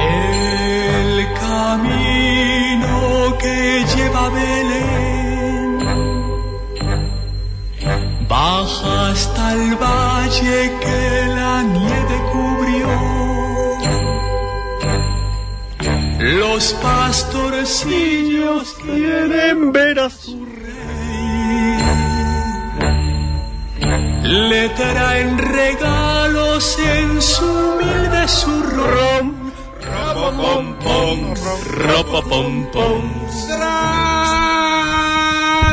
El camino que lleva a Belén baja hasta el valle que la nieve cubrió. Los pastorcillos quieren ver a su rey. Le traen regalos en su humilde zurrón. Pom pom, ropa pom pom.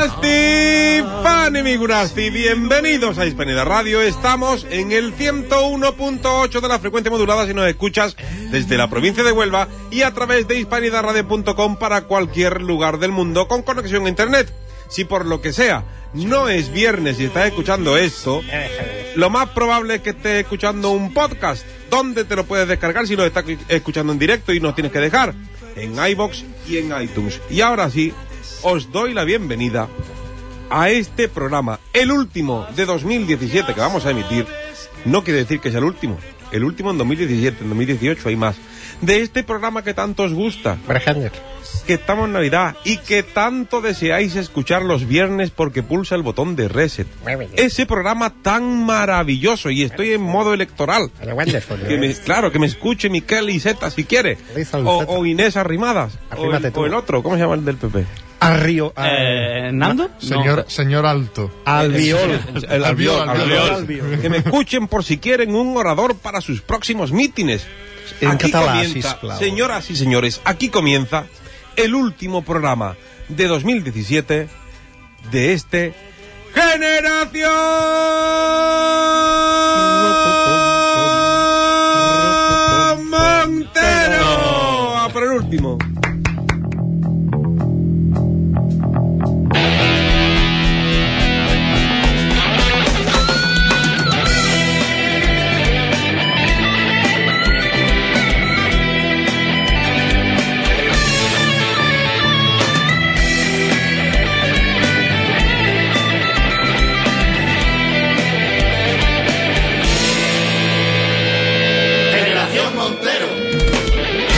Gusti, Fanny Migurasti, bienvenidos a Hispanidad Radio. Estamos en el 101.8 de la frecuencia modulada si nos escuchas desde la provincia de Huelva y a través de hispanidadradio.com para cualquier lugar del mundo con conexión a internet. Si por lo que sea no es viernes y estás escuchando esto, lo más probable es que estés escuchando un podcast. ¿Dónde te lo puedes descargar si lo estás escuchando en directo y nos tienes que dejar? En iBox y en iTunes. Y ahora sí, os doy la bienvenida a este programa, el último de 2017 que vamos a emitir. No quiere decir que sea el último, el último en 2017, en 2018 hay más. De este programa que tanto os gusta, que estamos en Navidad y que tanto deseáis escuchar los viernes porque pulsa el botón de reset. Ese programa tan maravilloso y estoy en modo electoral. Pero wonderful, Que ¿eh? me- claro, que me escuche Miquel y Zeta si quiere. Liza O, Lizeta. o Inés Arrimadas. O Arrímate el, tú. o el otro, ¿cómo se llama el del PP? Arrio. Eh, ¿Nando? Señor, No. señor Alto. Albiol. El Albiol, albiol. Albiol. Que me escuchen por si quieren un orador para sus próximos mítines. En catalán, comienza, sisplau. señoras y señores, aquí comienza el último programa de 2017 de este Generación Montero. A por el último. Generación Montero.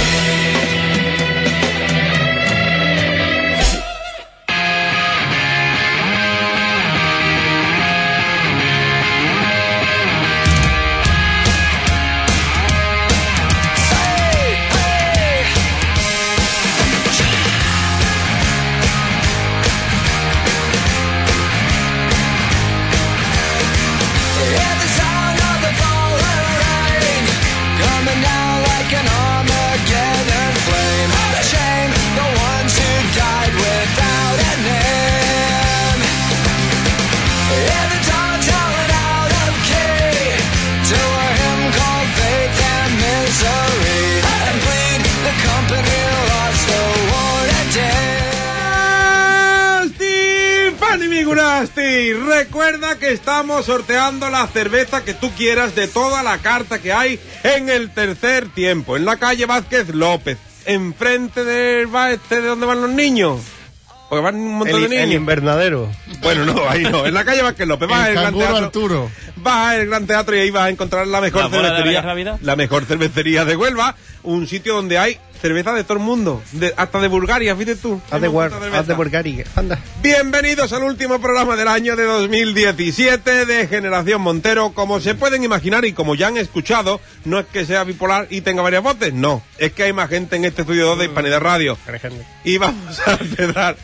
Stefani Migurasti, recuerda que estamos sorteando la cerveza que tú quieras de toda la carta que hay en el tercer tiempo, en la calle Vázquez López, enfrente del ba- este de donde van los niños. Porque van un montón El, de el niños. invernadero. Bueno, no, ahí no, en la calle Vázquez López, vas El al gran canguro teatro. Arturo. Vas al gran teatro y ahí vas a encontrar la mejor ¿La bola de la cervecería. Bella Navidad? la mejor cervecería de Huelva, un sitio donde hay cerveza de todo el mundo, de- hasta de Bulgaria, fíjate tú. Haz de Hay guard, mucha haz de cerveza. Bulgaria. Anda. Bienvenidos al último programa del año de 2017 de Generación Montero. Como se pueden imaginar y como ya han escuchado, no es que sea bipolar y tenga varias voces, no. Es que hay más gente en este estudio 2 de Hispanidad Radio. Y vamos a empezar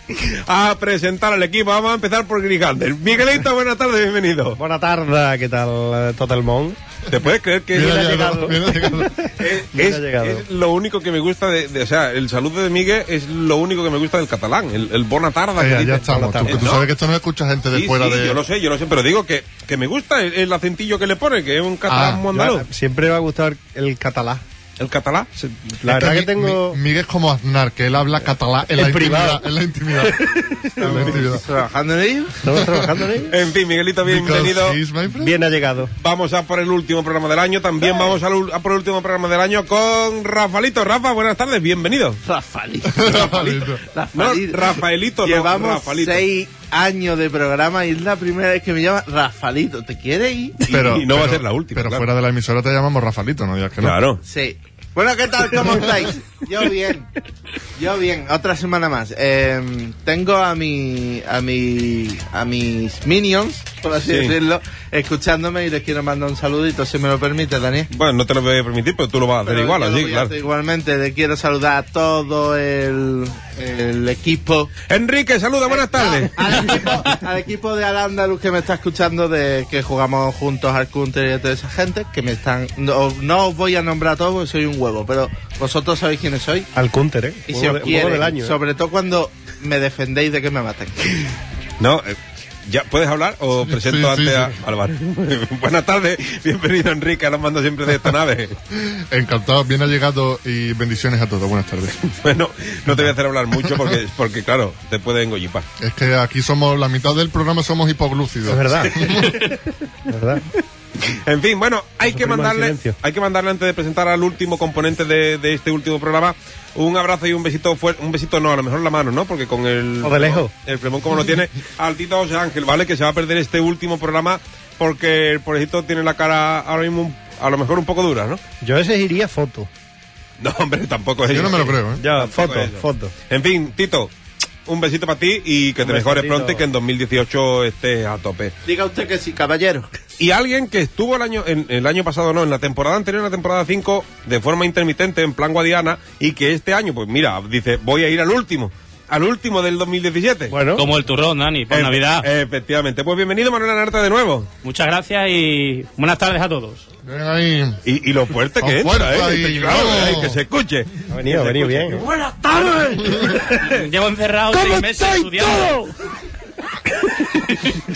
a presentar al equipo. Vamos a empezar por Grijalder. Miguelito, buenas tardes, bienvenido. Buena tarda, ¿qué tal eh, tot el món? ¿Te puedes creer que Mira, es- ha es- llegado. bien ha llegado. bien es, ha llegado. es lo único que me gusta de, de- O sea, el saludo de Miguel es lo único que me gusta del catalán. El, el bona tarda. que Venga, dice. ya estamos. Tú, tú ¿No? sabes que esto no escucha gente de Sí, fuera sí, de. Yo lo sé, yo lo sé, pero digo que, que me gusta el, el acentillo que le pone, que es un catalán Ah, muy Yo, andaluz. ah, Siempre me va a gustar el catalá. El catalán. Se- La verdad mi- que tengo... Este mi- Miguel es como Aznar, que él habla catalán en, la En privado. intimidad. En la intimidad. en la intimidad. ¿Trabajando en ello? Estamos trabajando en ello. En fin, Miguelito, bienvenido. Because he's my friend. Bien ha llegado. Vamos a por el último programa del año. También vamos al ul- a, por el último programa del año con Rafaelito. Rafa, buenas tardes, bienvenido. Rafaelito. Rafaelito. No, Rafaelito, no, Llevamos Rafaelito. seis años de programa y es la primera vez que me llama Rafalito. ¿Te quieres ir? Pero, y no va a pero- ser la última, Pero claro. fuera de la emisora te llamamos Rafalito, no digas que no. Claro. Sí. Bueno, ¿qué tal? ¿Cómo estáis? Yo bien. Yo bien. Otra semana más. Eh, tengo a mi, a mi, a mis minions, por así Sí. decirlo, escuchándome y les quiero mandar un saludito, si me lo permite, Daniel. Bueno, no te lo voy a permitir, pero tú lo vas a hacer Pero igual, yo lo así, voy a claro. hacer Igualmente, le quiero saludar a todo el, el equipo. Enrique, saluda, Eh, buenas tardes. Al equipo, al equipo de Al-Andalus que me está escuchando, de que jugamos juntos al counter y a toda esa gente, que me están. No, no os voy a nombrar a todos porque soy un huevo, pero vosotros sabéis quiénes soy. Al counter, ¿eh? Y si Juego os de- juego quieren, del año. ¿eh? sobre todo cuando me defendéis de que me maten. No, eh, ya puedes hablar o presento sí, antes sí. a Álvaro. Buenas tardes, bienvenido Enrique, ahora mando siempre de esta nave. Encantado, bien ha llegado y bendiciones a todos. Buenas tardes. Bueno, no te voy a hacer hablar mucho porque, porque claro, te pueden engollipar. Es que aquí somos, la mitad del programa somos hipoglúcidos. Es verdad. Es verdad. En fin, bueno, hay que prima en mandarle, silencio. hay que mandarle antes de presentar al último componente de, de este último programa un abrazo y un besito fuerte, un besito no, a lo mejor la mano, ¿no? Porque con el O de lejos. el flemón como lo tiene al Tito José Ángel, ¿vale? Que se va a perder este último programa porque el pobrecito tiene la cara ahora mismo un- a lo mejor un poco dura, ¿no? Yo a veces iría foto. No, hombre, tampoco es Yo eso. no me lo creo, ¿eh? Ya, Tampoco foto, eso. foto. En fin, Tito, un besito para ti y que te Un besito, mejores Tito. pronto y que en 2018 estés a tope. Diga usted que sí, caballero. Y alguien que estuvo el año, en- el año pasado, no, en la temporada anterior, en la temporada 5, de forma intermitente, en plan Guadiana, y que este año, pues mira, dice, voy a ir al último, al último del 2017. Bueno, Como el turrón, Dani, por Eh, Navidad. Efectivamente. Pues bienvenido, Manuel Anarta, de nuevo. Muchas gracias y buenas tardes a todos. Ven ahí. Y, y lo fuerte que Ah, es, fuerte ahí, claro, bravo. eh, que se escuche. ha venido, ha venido bien. ¿eh? ¡Buenas tardes! Llevo encerrado seis meses estudiando.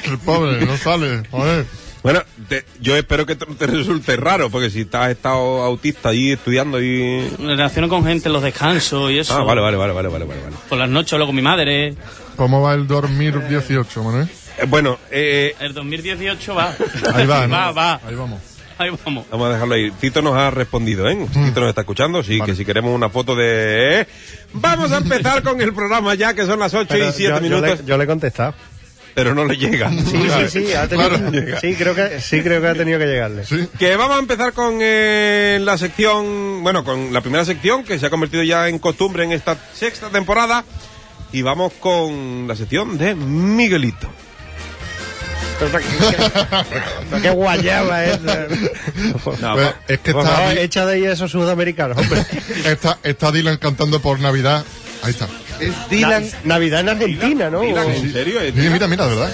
El pobre, no sale. Joder. Bueno, te- yo espero que te, te resulte raro, porque si estás estado autista ahí estudiando y... Me Relaciono con gente en los descansos y eso. Ah, vale, vale, vale, vale, vale, vale. vale. Por las noches luego con mi madre. ¿Cómo va el 2018, Manuel? Eh, bueno, eh, El 2018 va. Ahí va, ¿no? Va, va. Ahí vamos. Ahí vamos. Vamos a dejarlo ahí. Tito nos ha respondido, ¿eh? Mm. Tito nos está escuchando, sí, Vale. que si queremos una foto de... ¿eh? Vamos a empezar con el programa ya, que son las 8 Pero y 7 yo, yo minutos, le, yo le he contestado. pero no le llega. Sí, sí, ¿sabes? sí, ha tenido- Claro. sí, creo que, sí, creo que ha tenido que llegarle. Sí. Que vamos a empezar con eh, la sección, bueno, con la primera sección, que se ha convertido ya en costumbre en esta sexta temporada, y vamos con la sección de Miguelito. Pero qué guayaba eh. es. No, Pues, es que Por está, favor, echa de ahí a esos sudamericanos, hombre. está, está Dylan cantando por Navidad. Ahí está. Es Dylan. Na- Navidad en Argentina, ¿no? Dylan, O- ¿En serio? Sí, mira, mira, de verdad.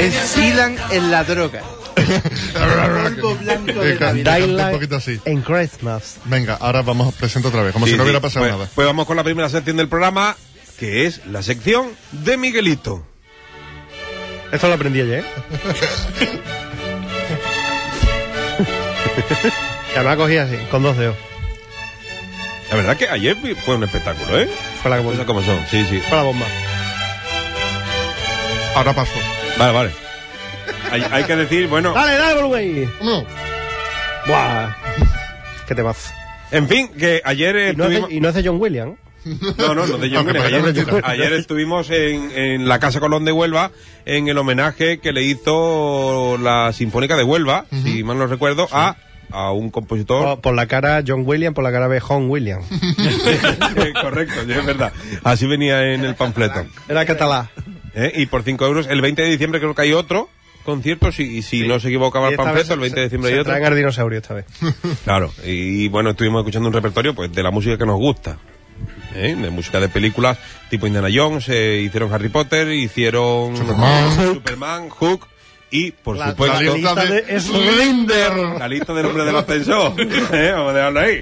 Es Dylan en la droga. Polvo blanco de Eh, Navidad. ca- canta un Daylight poquito así. en Christmas. Venga, ahora vamos a presentar otra vez, como Sí, si no sí. hubiera pasado Pues- nada. Pues vamos con la primera sección del programa, que es la sección de Miguelito. Esto lo aprendí ayer. Ya me ha cogido así, con dos dedos. La verdad que ayer fue un espectáculo, ¿eh? Fue la, Cosas bomba. como son, sí, sí. Fue la bomba. Ahora paso. Vale, vale. Hay, hay que decir, bueno, Dale, dale, volumen. ahí. No. Buah. Qué te vas. en fin, que ayer eh, Y no, estuvimos... hace, y no hace John William. No, no, no de John Aunque Williams. parezca Ayer, mentira. ayer estuvimos en, en la Casa Colón de Huelva en el homenaje que le hizo la Sinfónica de Huelva, si mal no recuerdo, a, a un compositor... Por, por la cara John William, por la cara de John William. Eh, Correcto, sí, es verdad. Así venía en el panfleto. Era catalá. Eh, Y por 5 euros, el 20 de diciembre creo que hay otro concierto, si, y si no se equivocaba Y el esta vez panfleto, el se- 20 de diciembre hay se otro. Traen al dinosaurio esta vez. Claro, y bueno, estuvimos escuchando un repertorio pues de la música que nos gusta. ¿eh? De música de películas tipo Indiana Jones, eh, hicieron Harry Potter, hicieron Superman. Superman, Hook y, por La- supuesto, la lista de la lista del hombre del ascensor. ¿eh? Vamos a dejarlo ahí.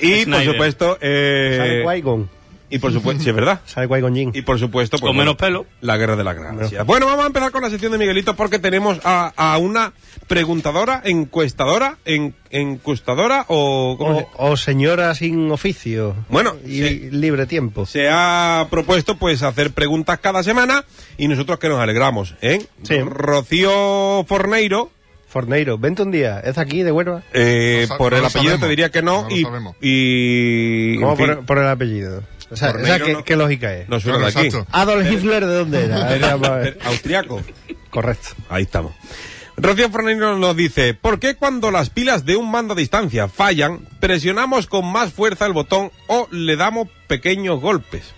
Y, por Snyder. supuesto, eh, Sale Qui-Gon. y por supuesto, sí, es verdad. Sale Qui-Gon Jinn. Y por supuesto, pues, Con menos bueno, pelo. La guerra de las galaxias. Bueno, vamos a empezar con la sección de Miguelito porque tenemos a, a una preguntadora, encuestadora, en, encustadora o. ¿cómo O, se- o señora sin oficio. Bueno, Oh. y sí. libre tiempo. Se ha propuesto pues hacer preguntas cada semana y nosotros que nos alegramos, ¿eh? Sí. Rocío Forneiro, Forneiro, vente un día. ¿Es aquí de Huelva? eh, No sa- por no el lo apellido te sabemos, diría que no, no lo y, sabemos. y en ¿Cómo fin, por, por el apellido? O sea, o sea, Forneiro ¿qué, no- qué lógica es? no suena de aquí. Exacto. Adolf Hitler, ¿de dónde era? Era eh. más- Austriaco. Correcto. Ahí estamos. Rocío Forneiro nos dice, ¿por qué cuando las pilas de un mando a distancia fallan, presionamos con más fuerza el botón o le damos pequeños golpes?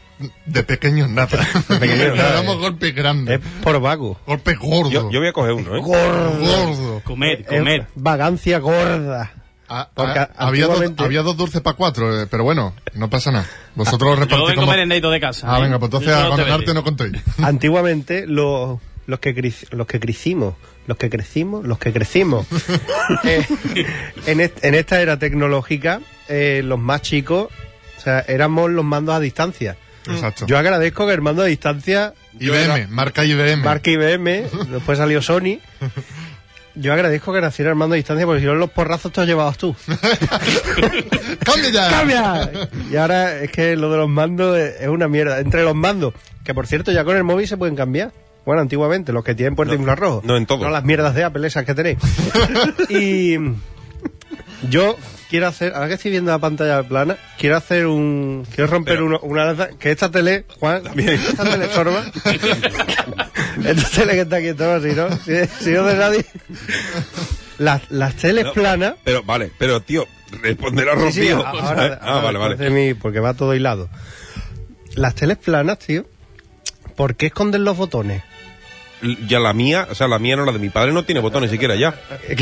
De pequeños nada. pequeños Le nada, damos eh. golpes Es grandes. por vago. Golpes gordos. Yo, yo voy a coger uno, ¿eh? Gordo. Comer, Es comer. vagancia gorda. Ah, Porque ah, había, dos, antiguamente- había dos dulces para cuatro, eh, pero bueno, no pasa nada. Vosotros lo Yo repartís vengo como... merendadito de casa. pues Ah, ¿eh? venga, pues entonces Yo a solo te condenarte veré. no contéis. Antiguamente los, los, que cri- los que crecimos, los que crecimos, los que crecimos, eh, en, est- en esta era tecnológica, eh, los más chicos, o sea, éramos los mandos a distancia. Exacto. Yo agradezco que el mando a distancia, IBM, marca IBM. marca IBM, después salió Sony. Yo agradezco que naciera el mando a distancia porque si no los porrazos te los llevabas tú. ¡Cambia ya! ¡Cambia! Y ahora es que lo de los mandos es es una mierda. Entre los mandos, que por cierto ya con el móvil se pueden cambiar. Bueno, antiguamente, los que tienen puerta No, infrarrojo. no en todo. No las mierdas de Apple esas que tenéis. y yo quiero hacer, ahora que estoy viendo la pantalla plana, quiero hacer un... Quiero romper Pero- uno- una lanza, que esta tele, Juan, esta tele estorba. esta tele que está aquí estorba, si no, si, si no de nadie... Las, las teles No, planas Pero, vale, pero tío, responder a Rocío. Sí, sí, a- ¿sabes? ahora- ah, ahora vale, vale. después de mí, porque va todo hilado. Las teles planas, tío. ¿Por qué esconden los botones? Ya la mía, o sea, la mía no, la de mi padre no tiene botones siquiera ya.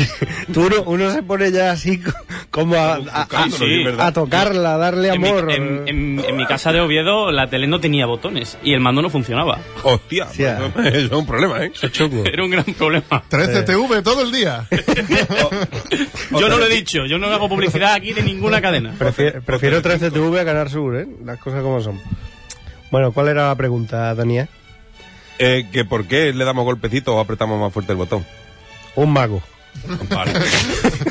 Tú uno, uno se pone ya así co- como a, a- a- Buscándolo, sí. es verdad. a tocarla, a darle En mi, amor. eh. en- en- en mi casa de Oviedo la tele no tenía botones y el mando no funcionaba. Hostia, Hostia. eso es un problema, ¿eh? ah. Chungo. Era un gran problema. 13 TV todo el día. Yo no lo he dicho, yo no hago publicidad aquí de ninguna cadena. Prefiero, prefiero 13TV a Canal Sur, ¿eh? Las cosas como son. Bueno, ¿cuál era la pregunta, Daniel? Eh, que por qué le damos golpecitos o apretamos más fuerte el botón. Un mago. Vale.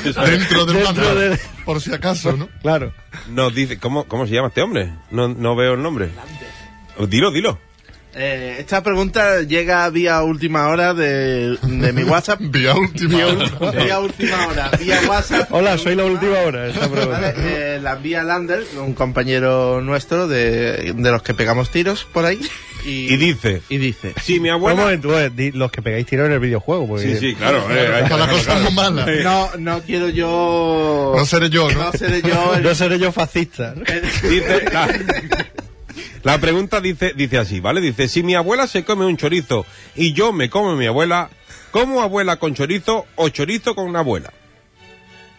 Dentro del Dentro mando. de- Por si acaso, ¿no? Claro. Nos dice, ¿cómo, ¿cómo se llama este hombre? No, no veo el nombre. Oh, Dilo, dilo. Eh, esta pregunta llega vía última hora de, de mi WhatsApp. Vía última. hora. Vía última hora, vía WhatsApp. Hola, soy la última hora. Esta pregunta. Vale, eh, la envía Lander, un compañero nuestro de, de los que pegamos tiros por ahí. Y, Y dice, y dice, si mi Un abuela... momento, eh, di- los que pegáis tiro en el videojuego. Porque... Sí, sí, claro. eh, hay que dejarlo Cada cosa claro. muy mala. no, no quiero yo... No seré yo, ¿no? No seré yo el- No seré yo fascista. Dice, la, la pregunta dice, dice así, ¿vale? Dice, si mi abuela se come un chorizo y yo me como a mi abuela, ¿como abuela con chorizo o chorizo con una abuela?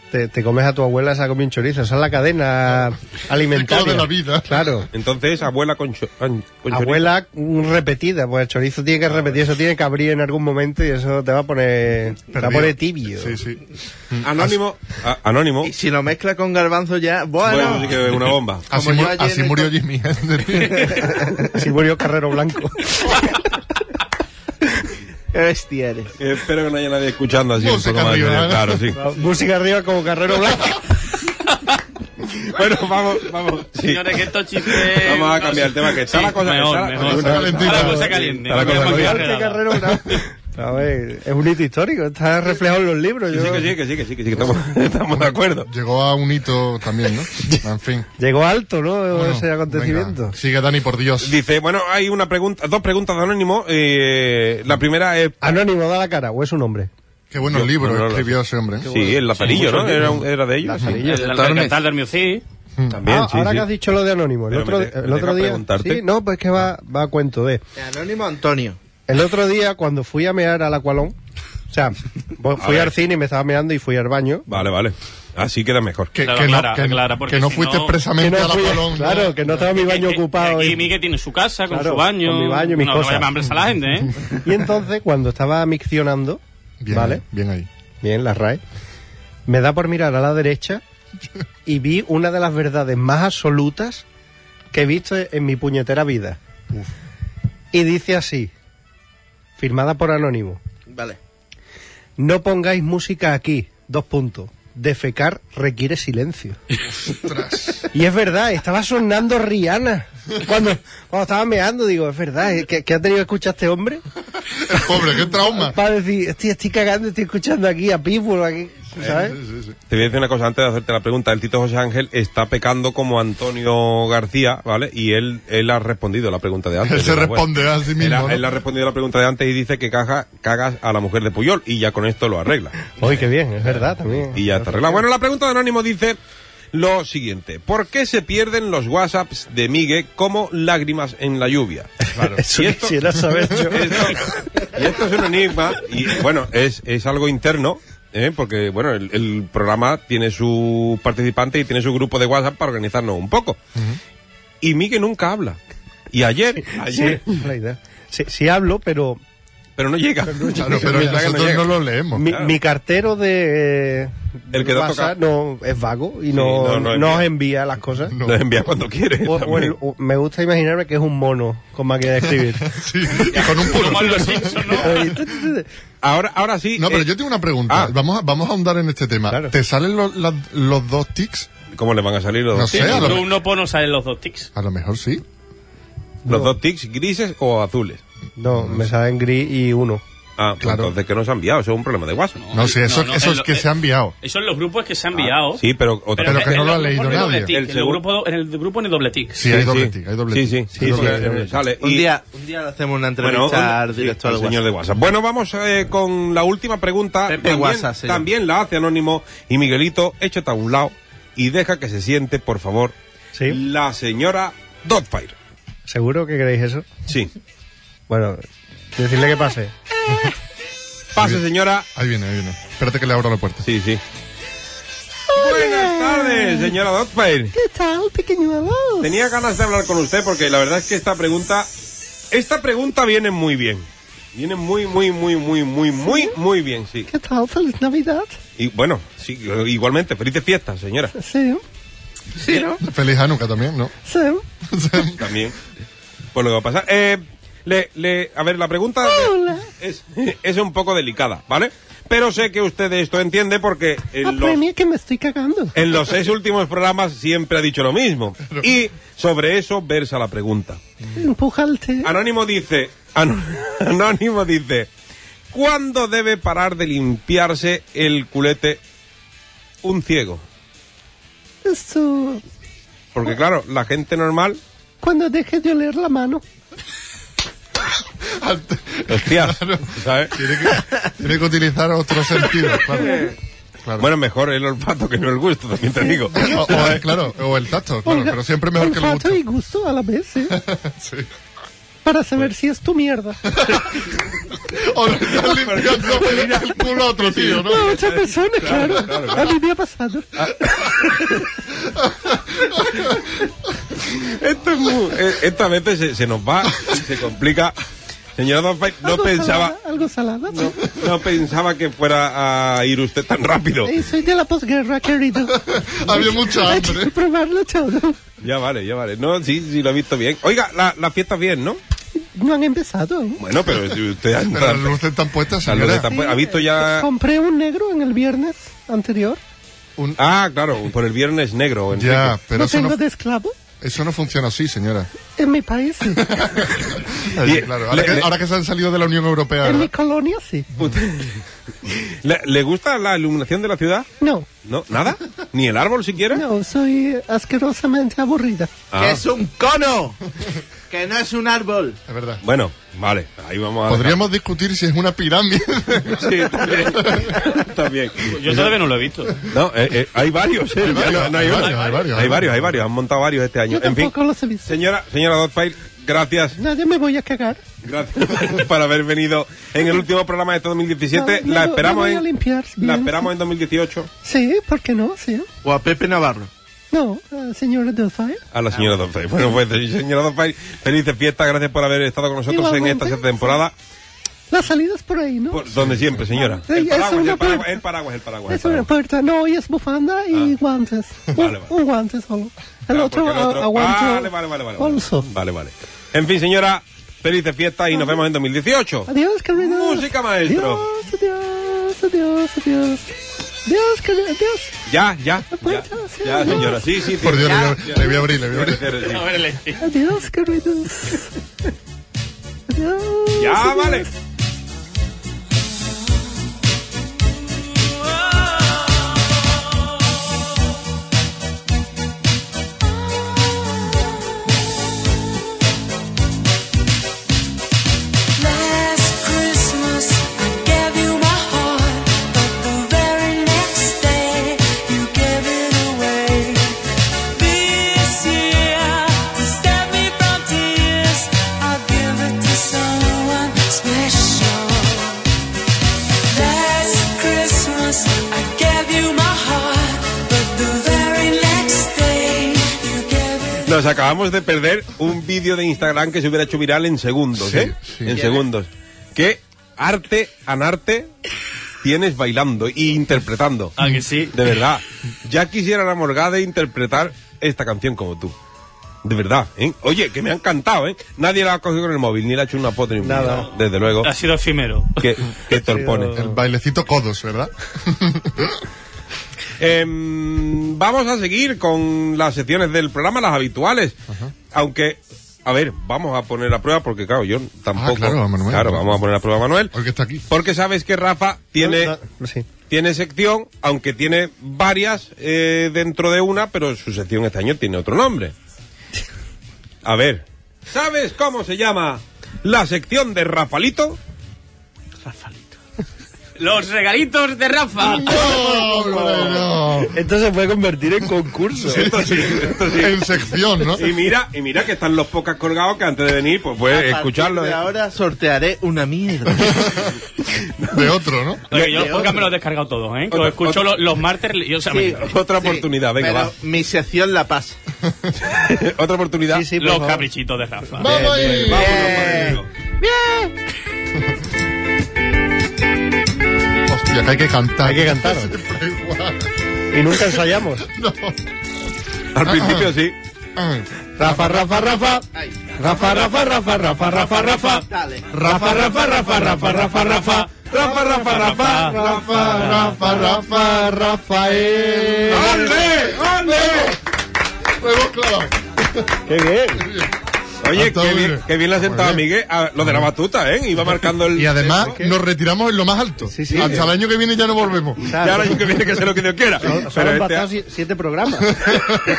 Te, te comes a tu abuela, se ha comido un chorizo. Esa es la cadena alimentaria. Ciclo de la vida. Claro. Entonces, abuela con, cho- con Pues chorizo. Abuela mm, repetida, pues el chorizo tiene que repetir, eso tiene que abrir en algún momento y eso te va a poner, te va a Perdido. poner tibio. Sí, sí. Anónimo. a- anónimo. Y si lo mezcla con garbanzo ya... Bueno, Bueno, sí que es una bomba. Así, Como yo mu- ayer así en el murió co- Jimmy Hendrix. Así murió Carrero Blanco. qué bestia eres. Eh, Espero que no haya nadie escuchando así Música un poco más arriba, serio, ¿eh? Claro, sí. Música arriba como Carrero Blanco. Bueno, vamos, vamos. sí. Señores, que estos chistes. Vamos a cambiar el tema, que está la cosa- Mejor, está la- mejor. está calentita. Está la cosa caliente. Está la no cosa me voy a Peor caliente. que quedar Carrero nada. Blanco. A ver, es un hito histórico, está reflejado en los libros. Sí, yo- que sí, que sí, que sí, que sí, que estamos, estamos de acuerdo. Llegó a un hito también, ¿no? En fin. Llegó alto, ¿no? Bueno, ese acontecimiento. venga, Sigue Dani, por Dios. Dice, bueno, hay una pregunta, dos preguntas de anónimo. eh, la primera es Anónimo, da la cara, o es un hombre. Qué buenos Yo- libros no, no, no. escribió ese hombre. ¿eh? Sí, el lazarillo, ¿no? Era, un- era de ellos. sí. Lazarillo. El Alcázar del Miucí. También, Ah, sí, ahora sí. que has dicho lo de anónimo, el Pero otro, me de- el me otro dejas día. preguntarte. Sí, no, pues que va, va a cuento de. Anónimo Antonio. El otro día, cuando fui a mear al Aqualón, o sea, bo- fui ver. al cine y me estaba meando y fui al baño. Vale, vale. Así queda mejor. Que, Claro, que no, aclara, que, aclara, porque que no si fuiste no- Que expresamente no a la fui- Palón. ¿no? claro, que no estaba mi baño Eh, eh, ocupado. Aquí Y, Miguel tiene su casa, con Claro, su baño. con mi baño y mis no, no cosas. vaya a hambre a la gente, ¿eh? y entonces, cuando estaba miccionando, Bien, Vale. ahí, bien ahí. Bien, la RAE. Me da por mirar a la derecha y vi una de las verdades más absolutas que he visto en mi puñetera vida. Y dice así, firmada por Anónimo. Vale. No pongáis música aquí. Dos puntos. Defecar requiere silencio. y es verdad, estaba sonando Rihanna. Cuando, cuando estaba meando, digo, es verdad, eh, que, que ha tenido que escuchar este hombre El pobre, qué trauma. para decir, estoy, estoy cagando, estoy escuchando aquí a Pitbull, aquí, ¿Eh? ¿sabes? Sí, sí, sí. Te voy a decir una cosa antes de hacerte la pregunta. El Tito José Ángel está pecando como Antonio García, ¿vale? Y él, él ha respondido a la pregunta de antes. Él se Digo, bueno, responde a sí él, ha- mismo. ¿no? él ha respondido a la pregunta de antes y dice que caja, cagas a la mujer de Puyol y ya con esto lo arregla. Uy, qué bien, es verdad también. Y ya está arreglado. Bueno, la pregunta de Anónimo dice lo siguiente. ¿Por qué se pierden los WhatsApps de Migue como lágrimas en la lluvia? Eso Y esto- quisiera saber yo. Y esto es un enigma, y bueno, es, es algo interno, ¿eh? porque bueno, el, el programa tiene su participante y tiene su grupo de WhatsApp para organizarnos un poco. Y Miguel nunca habla. Y ayer, ayer, Sí, la idea. Sí, sí hablo, pero pero no llega. Claro, pero Verdad que no nosotros llega. no lo leemos. mi, Pues claro. mi cartero de... El que da tocar. no es vago y Sí, no, no, no no os envía. envía las cosas. No. Nos envía cuando quiere. O- o también. el- o- me gusta imaginarme que es un mono con máquina de escribir. Sí, y con un puro. Como en los Simpsons, ¿no? Ahora, ahora sí. No, pero eh, yo tengo una pregunta. Ah. Vamos, a, vamos a ahondar en este tema. Claro. ¿Te salen los, las- los dos tics? ¿Cómo le van a salir los No dos sé, tics? a lo, Tú no pones a los dos tics. a lo mejor sí. ¿Los dos tics grises o azules? no, me salen gris y uno. Ah, pues Claro. entonces que no se ha enviado, eso es un problema de WhatsApp. No, sí, eso, no, eso en es lo- que eh, se ha enviado. Esos son los grupos que se han enviado. Ah, Sí, pero otra- Pero que no lo ha en los leído grupos no hay doble nadie. tic, El en, el segundo- grupo, en el grupo ni doble tic. Sí, hay doble tic, hay doble sí, tic. sí, sí, Hay sí, doble tic, eh, doble tic. sale. Un Y- día, un día le hacemos una Bueno, entrevista un- directo sí, al al señor de WhatsApp. WhatsApp. Bueno, vamos eh, con la última pregunta. Pepe también, WhatsApp, señor. también la hace Anónimo. Y Miguelito, échate a un lado y deja que se siente, por favor, Sí. la señora Dotfire. ¿Seguro que queréis eso? Sí. Bueno, decirle que pase. Pase, señora. Ahí viene, ahí viene. Espérate que le abro la puerta. Sí, sí. Buenas tardes, señora Dotfire. ¿Qué tal, pequeño amor? Tenía ganas de hablar con usted porque la verdad es que esta pregunta, esta pregunta viene muy bien. Viene muy, muy, muy, muy, muy, muy, muy bien, sí. ¿Qué tal? ¿Feliz Navidad? Y bueno, sí, igualmente, felices fiestas, señora. Sí, Sí, ¿no? Feliz Hanukkah también, ¿no? sí. También. Pues lo que va a pasar. Eh, le, le- a ver, la pregunta de- es, es un poco delicada, ¿vale? Pero sé que usted de esto entiende porque en los, Ah, que me estoy cagando. en los seis últimos programas siempre ha dicho lo mismo. Y sobre eso versa la pregunta. Empujarte. Anónimo dice, Ano- Anónimo dice, ¿cuándo debe parar de limpiarse el culete un ciego? Esto... Porque claro, la gente normal, Cuando dejes de oler la mano. hostia, ¿sabes? Tiene que, tiene que utilizar otro sentido, claro. Claro. Bueno, mejor el olfato que no el gusto, también te digo. o, o el, claro, o el tacto, claro, pero siempre mejor que el gusto. y gusto a la vez, ¿eh? Sí. Para saber si es tu mierda. O le estás limpiando el culo a otro tío, ¿no? A otra persona, claro. A mí me ha pasado. Esto es muy- eh, esto a veces se, se nos va, se complica. Señora Donfay, no Algo pensaba, salada, algo salada. no, no pensaba que fuera a ir usted tan rápido. Eh, soy de la posguerra, querido. Había mucha Hay que hambre. probarlo todo. Ya vale, ya vale. No, sí, sí, lo he visto bien. Oiga, la, la fiesta bien, ¿no? No han empezado aún. Bueno, pero si usted ha Pero las luces están puestas, la luz señora. está pu- ha visto ya... Compré un negro en el viernes anterior. Un- Ah, claro, por el viernes negro. Enrique. ya, pero Lo eso, tengo no, de esclavo eso no funciona así, señora. en mi país. sí. Ahí, Bien, claro, ahora, le- le- que, ahora que se han salido de la Unión Europea, en mi ¿verdad? colonia, sí. ¿Le, le gusta la iluminación de la ciudad? No, No, nada. Ni el árbol siquiera. no, soy eh, asquerosamente aburrida. Ah, ¡Que es un cono! ¡Que no es un árbol! es verdad. bueno, vale, ahí vamos a... Podríamos discutir si es una pirámide. Sí, también. también. Yo todavía no lo he visto. No, eh, eh, hay varios, eh, ya no- no hay hay uno. varios, hay varios, Hay hay varios, varios. hay varios, han montado varios este año. Yo En fin, tampoco los he visto. señora, señora Dotfile, gracias, Nadie me voy a cagar. gracias por haber venido en el último programa de este 2017. No, no, la no, esperamos no voy a en limpiar, la bien. esperamos en 2018 Sí, ¿por qué no? Sí. O a Pepe Navarro. No, eh, señora Delfire. a la señora Dotfile. Bueno, pues señora Dotfile, felices fiestas, gracias por haber estado con nosotros en Igualmente. esta sexta temporada. La salida es por ahí, ¿no? Por donde siempre, señora. Sí, El es paraguas, una el paraguas, puerta. el paraguas, el paraguas. el Es una paraguas. puerta, no, y es bufanda y guantes. Ah. Un, Vale, vale. un guante solo. El Ah, otro, porque el otro- a- aguanto. Vale, vale, vale, vale. bolso. Vale, vale. En fin, señora, felices fiestas y nos vemos en 2018. Adiós, queridos. Música, maestro. Adiós, adiós, adiós, adiós. Adiós, queridos, adiós. Ya, ya. Ya, ya señora. Sí, sí, sí. Por Dios, le voy a- le voy a abrir, le voy a abrir. Sí. A ver, este. le- Adiós, queridos. Adiós. Ya, vale. Last Christmas I gave you my heart, but the very next day you gave it away. This year to save me from tears, I'll give it to someone special. Last Christmas I gave you my heart, but the very next day you gave it. Nos acabamos de perder un vídeo de Instagram que se hubiera hecho viral en segundos, Sí, ¿eh? sí. En segundos. Qué arte, anarte tienes bailando y interpretando. Ah, que sí. De verdad. Ya quisiera la Morgade interpretar esta canción como tú. De verdad, ¿eh? Oye, que me ha encantado, ¿eh? Nadie la ha cogido con el móvil, ni le ha hecho una foto ni un Nada. vídeo. Desde luego. Ha sido efímero. Que, que torpone. El bailecito codos, ¿verdad? Em, vamos a seguir con las secciones del programa, las habituales. Aunque, a ver, vamos a poner a prueba porque, claro, yo tampoco. Ah, claro, a Manuel. Claro, vamos a poner a prueba a Manuel. Porque está aquí. Porque sabes que Rafa tiene, Ah, Sí. tiene sección, aunque tiene varias eh, dentro de una, pero su sección este año tiene otro nombre. A ver, ¿sabes cómo se llama la sección de Rafalito? Los regalitos de Rafa. ¡No, hombre, no! Esto se puede convertir en concurso. Esto sí, esto sí. En sección, ¿no? Y mira, y mira que están los pocas colgados que antes de venir, pues A puedes partir escucharlo. de ¿eh? ahora sortearé una mierda. De otro, ¿no? Oye, yo los podcasts me los he descargado todos, ¿eh? Que Otro- los escucho otro- los, los martes religiosamente. Otra oportunidad, venga, pero va. Mi sección la pasa. Otra oportunidad. Sí, sí, por los favor. caprichitos de Rafa. ¡Vamos ahí! Vámonos, Manuelito. Hostia, que hay que cantar. Hay que cantar. Siempre igual. Y nunca ensayamos. No. Al principio sí. Rafa, Rafa, Rafa. Rafa, Rafa, Rafa, Rafa, Rafa, Rafa. Dale. Rafa, Rafa, Rafa, Rafa, Rafa, Rafa. Rafa, Rafa, Rafa. Rafa, Rafa, Rafa, Rafael. ¡Ole! ¡Ole! Lo hemos clavado. Qué bien. Oye, Está qué muy bien, bien. qué bien le ha sentado a Muy Miguel a lo de la batuta, ¿eh? Iba marcando el. Y además nos retiramos en lo más alto. Sí, sí. Hasta el año que viene ya no volvemos. Ya ahora yo que viene que sea lo que Dios quiera. Solo Pero han este- pasado si- siete programas.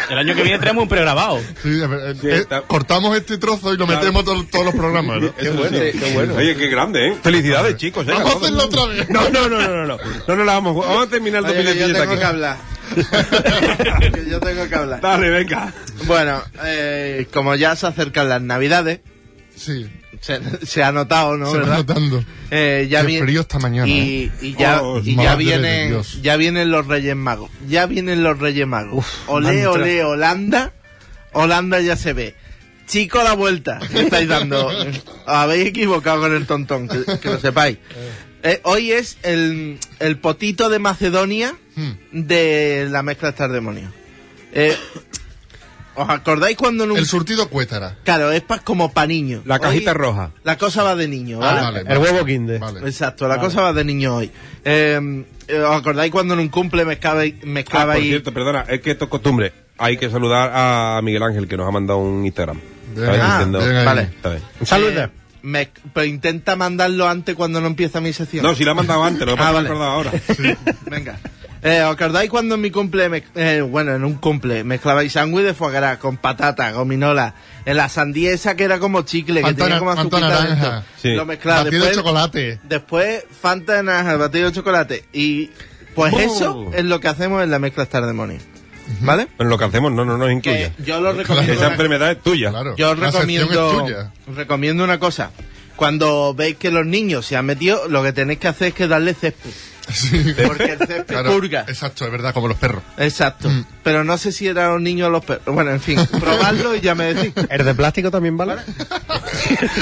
El año que viene traemos un pregrabado. Sí, a ver, Sí, eh, está- cortamos este trozo y lo metemos to- todos los programas, ¿no? Eso sí. Oye, qué grande, ¿eh? Felicidades, chicos. ¿eh? Vamos a hacerlo otra vez. No, no, no, no, no, no. No, no la vamos a jugar. Vamos a terminar el Oye, que yo 2017 tengo que aquí. hablar. Que yo tengo que hablar. Dale, venga. Bueno, eh, como ya se acercan las navidades, Sí, se, se ha notado, ¿no? se va ¿verdad? notando. Eh, ya Qué vi- frío esta mañana, ¿eh? Y, y ya, Oh, y ya madre de vienen, Dios. ya vienen los Reyes Magos. Ya vienen los Reyes Magos. olé, mantra. olé, Holanda. Holanda ya se ve. Chico, la vuelta que estáis dando. Os habéis equivocado con el tontón, que, que lo sepáis. Eh, hoy es el, el potito de Macedonia Hmm. de la mezcla de demonio. Eh, ¿Os acordáis cuando en un El surtido cuétara. Claro, es pa- como pa' niño. La cajita roja. La cosa va de niño, Ah, ¿vale? vale, El huevo kinder. Vale. Exacto, la cosa va de niño hoy. Eh, eh, ¿Os acordáis cuando en un cumple mezclaba y... Ah, Mezclaba por y- cierto, perdona, es que esto es costumbre. Hay que saludar a Miguel Ángel que nos ha mandado un Instagram. ¿Sabes? Ah, Diciendo- bien ahí. vale. Está bien. eh. Saluda. mez- pero pues intenta mandarlo antes cuando no empieza mi sección. No, si la ha mandado antes, lo que pasa Ah, es que me vale. he acordado ahora. Venga. Eh, ¿Os acordáis cuando en mi cumple, mez- eh, bueno, en un cumple, mezclabais sándwich de foie gras con patata, gominola, en la sandía esa que era como chicle, que Fanta tenía como na- Fanta azuquita naranja. dentro? Sí. Lo mezclaba. Batido de Después- chocolate. Después, Fanta de naranja, batido de chocolate. Y pues Oh. eso es lo que hacemos en la mezcla Star Demonio. ¿Vale? Pero lo que hacemos no, no nos incluye. Que yo lo recomiendo. Esa Claro. una- enfermedad es tuya. Claro. yo La sección recomiendo, es tuya. recomiendo una cosa. Cuando veis que los niños se han metido, lo que tenéis que hacer es que darle césped. Porque el césped Claro, purga. Exacto, es Mm. verdad, como los perros. Exacto. Pero no sé si era un niño o los perros. Bueno, en fin, probadlo y ya me decís. ¿El de plástico también vale?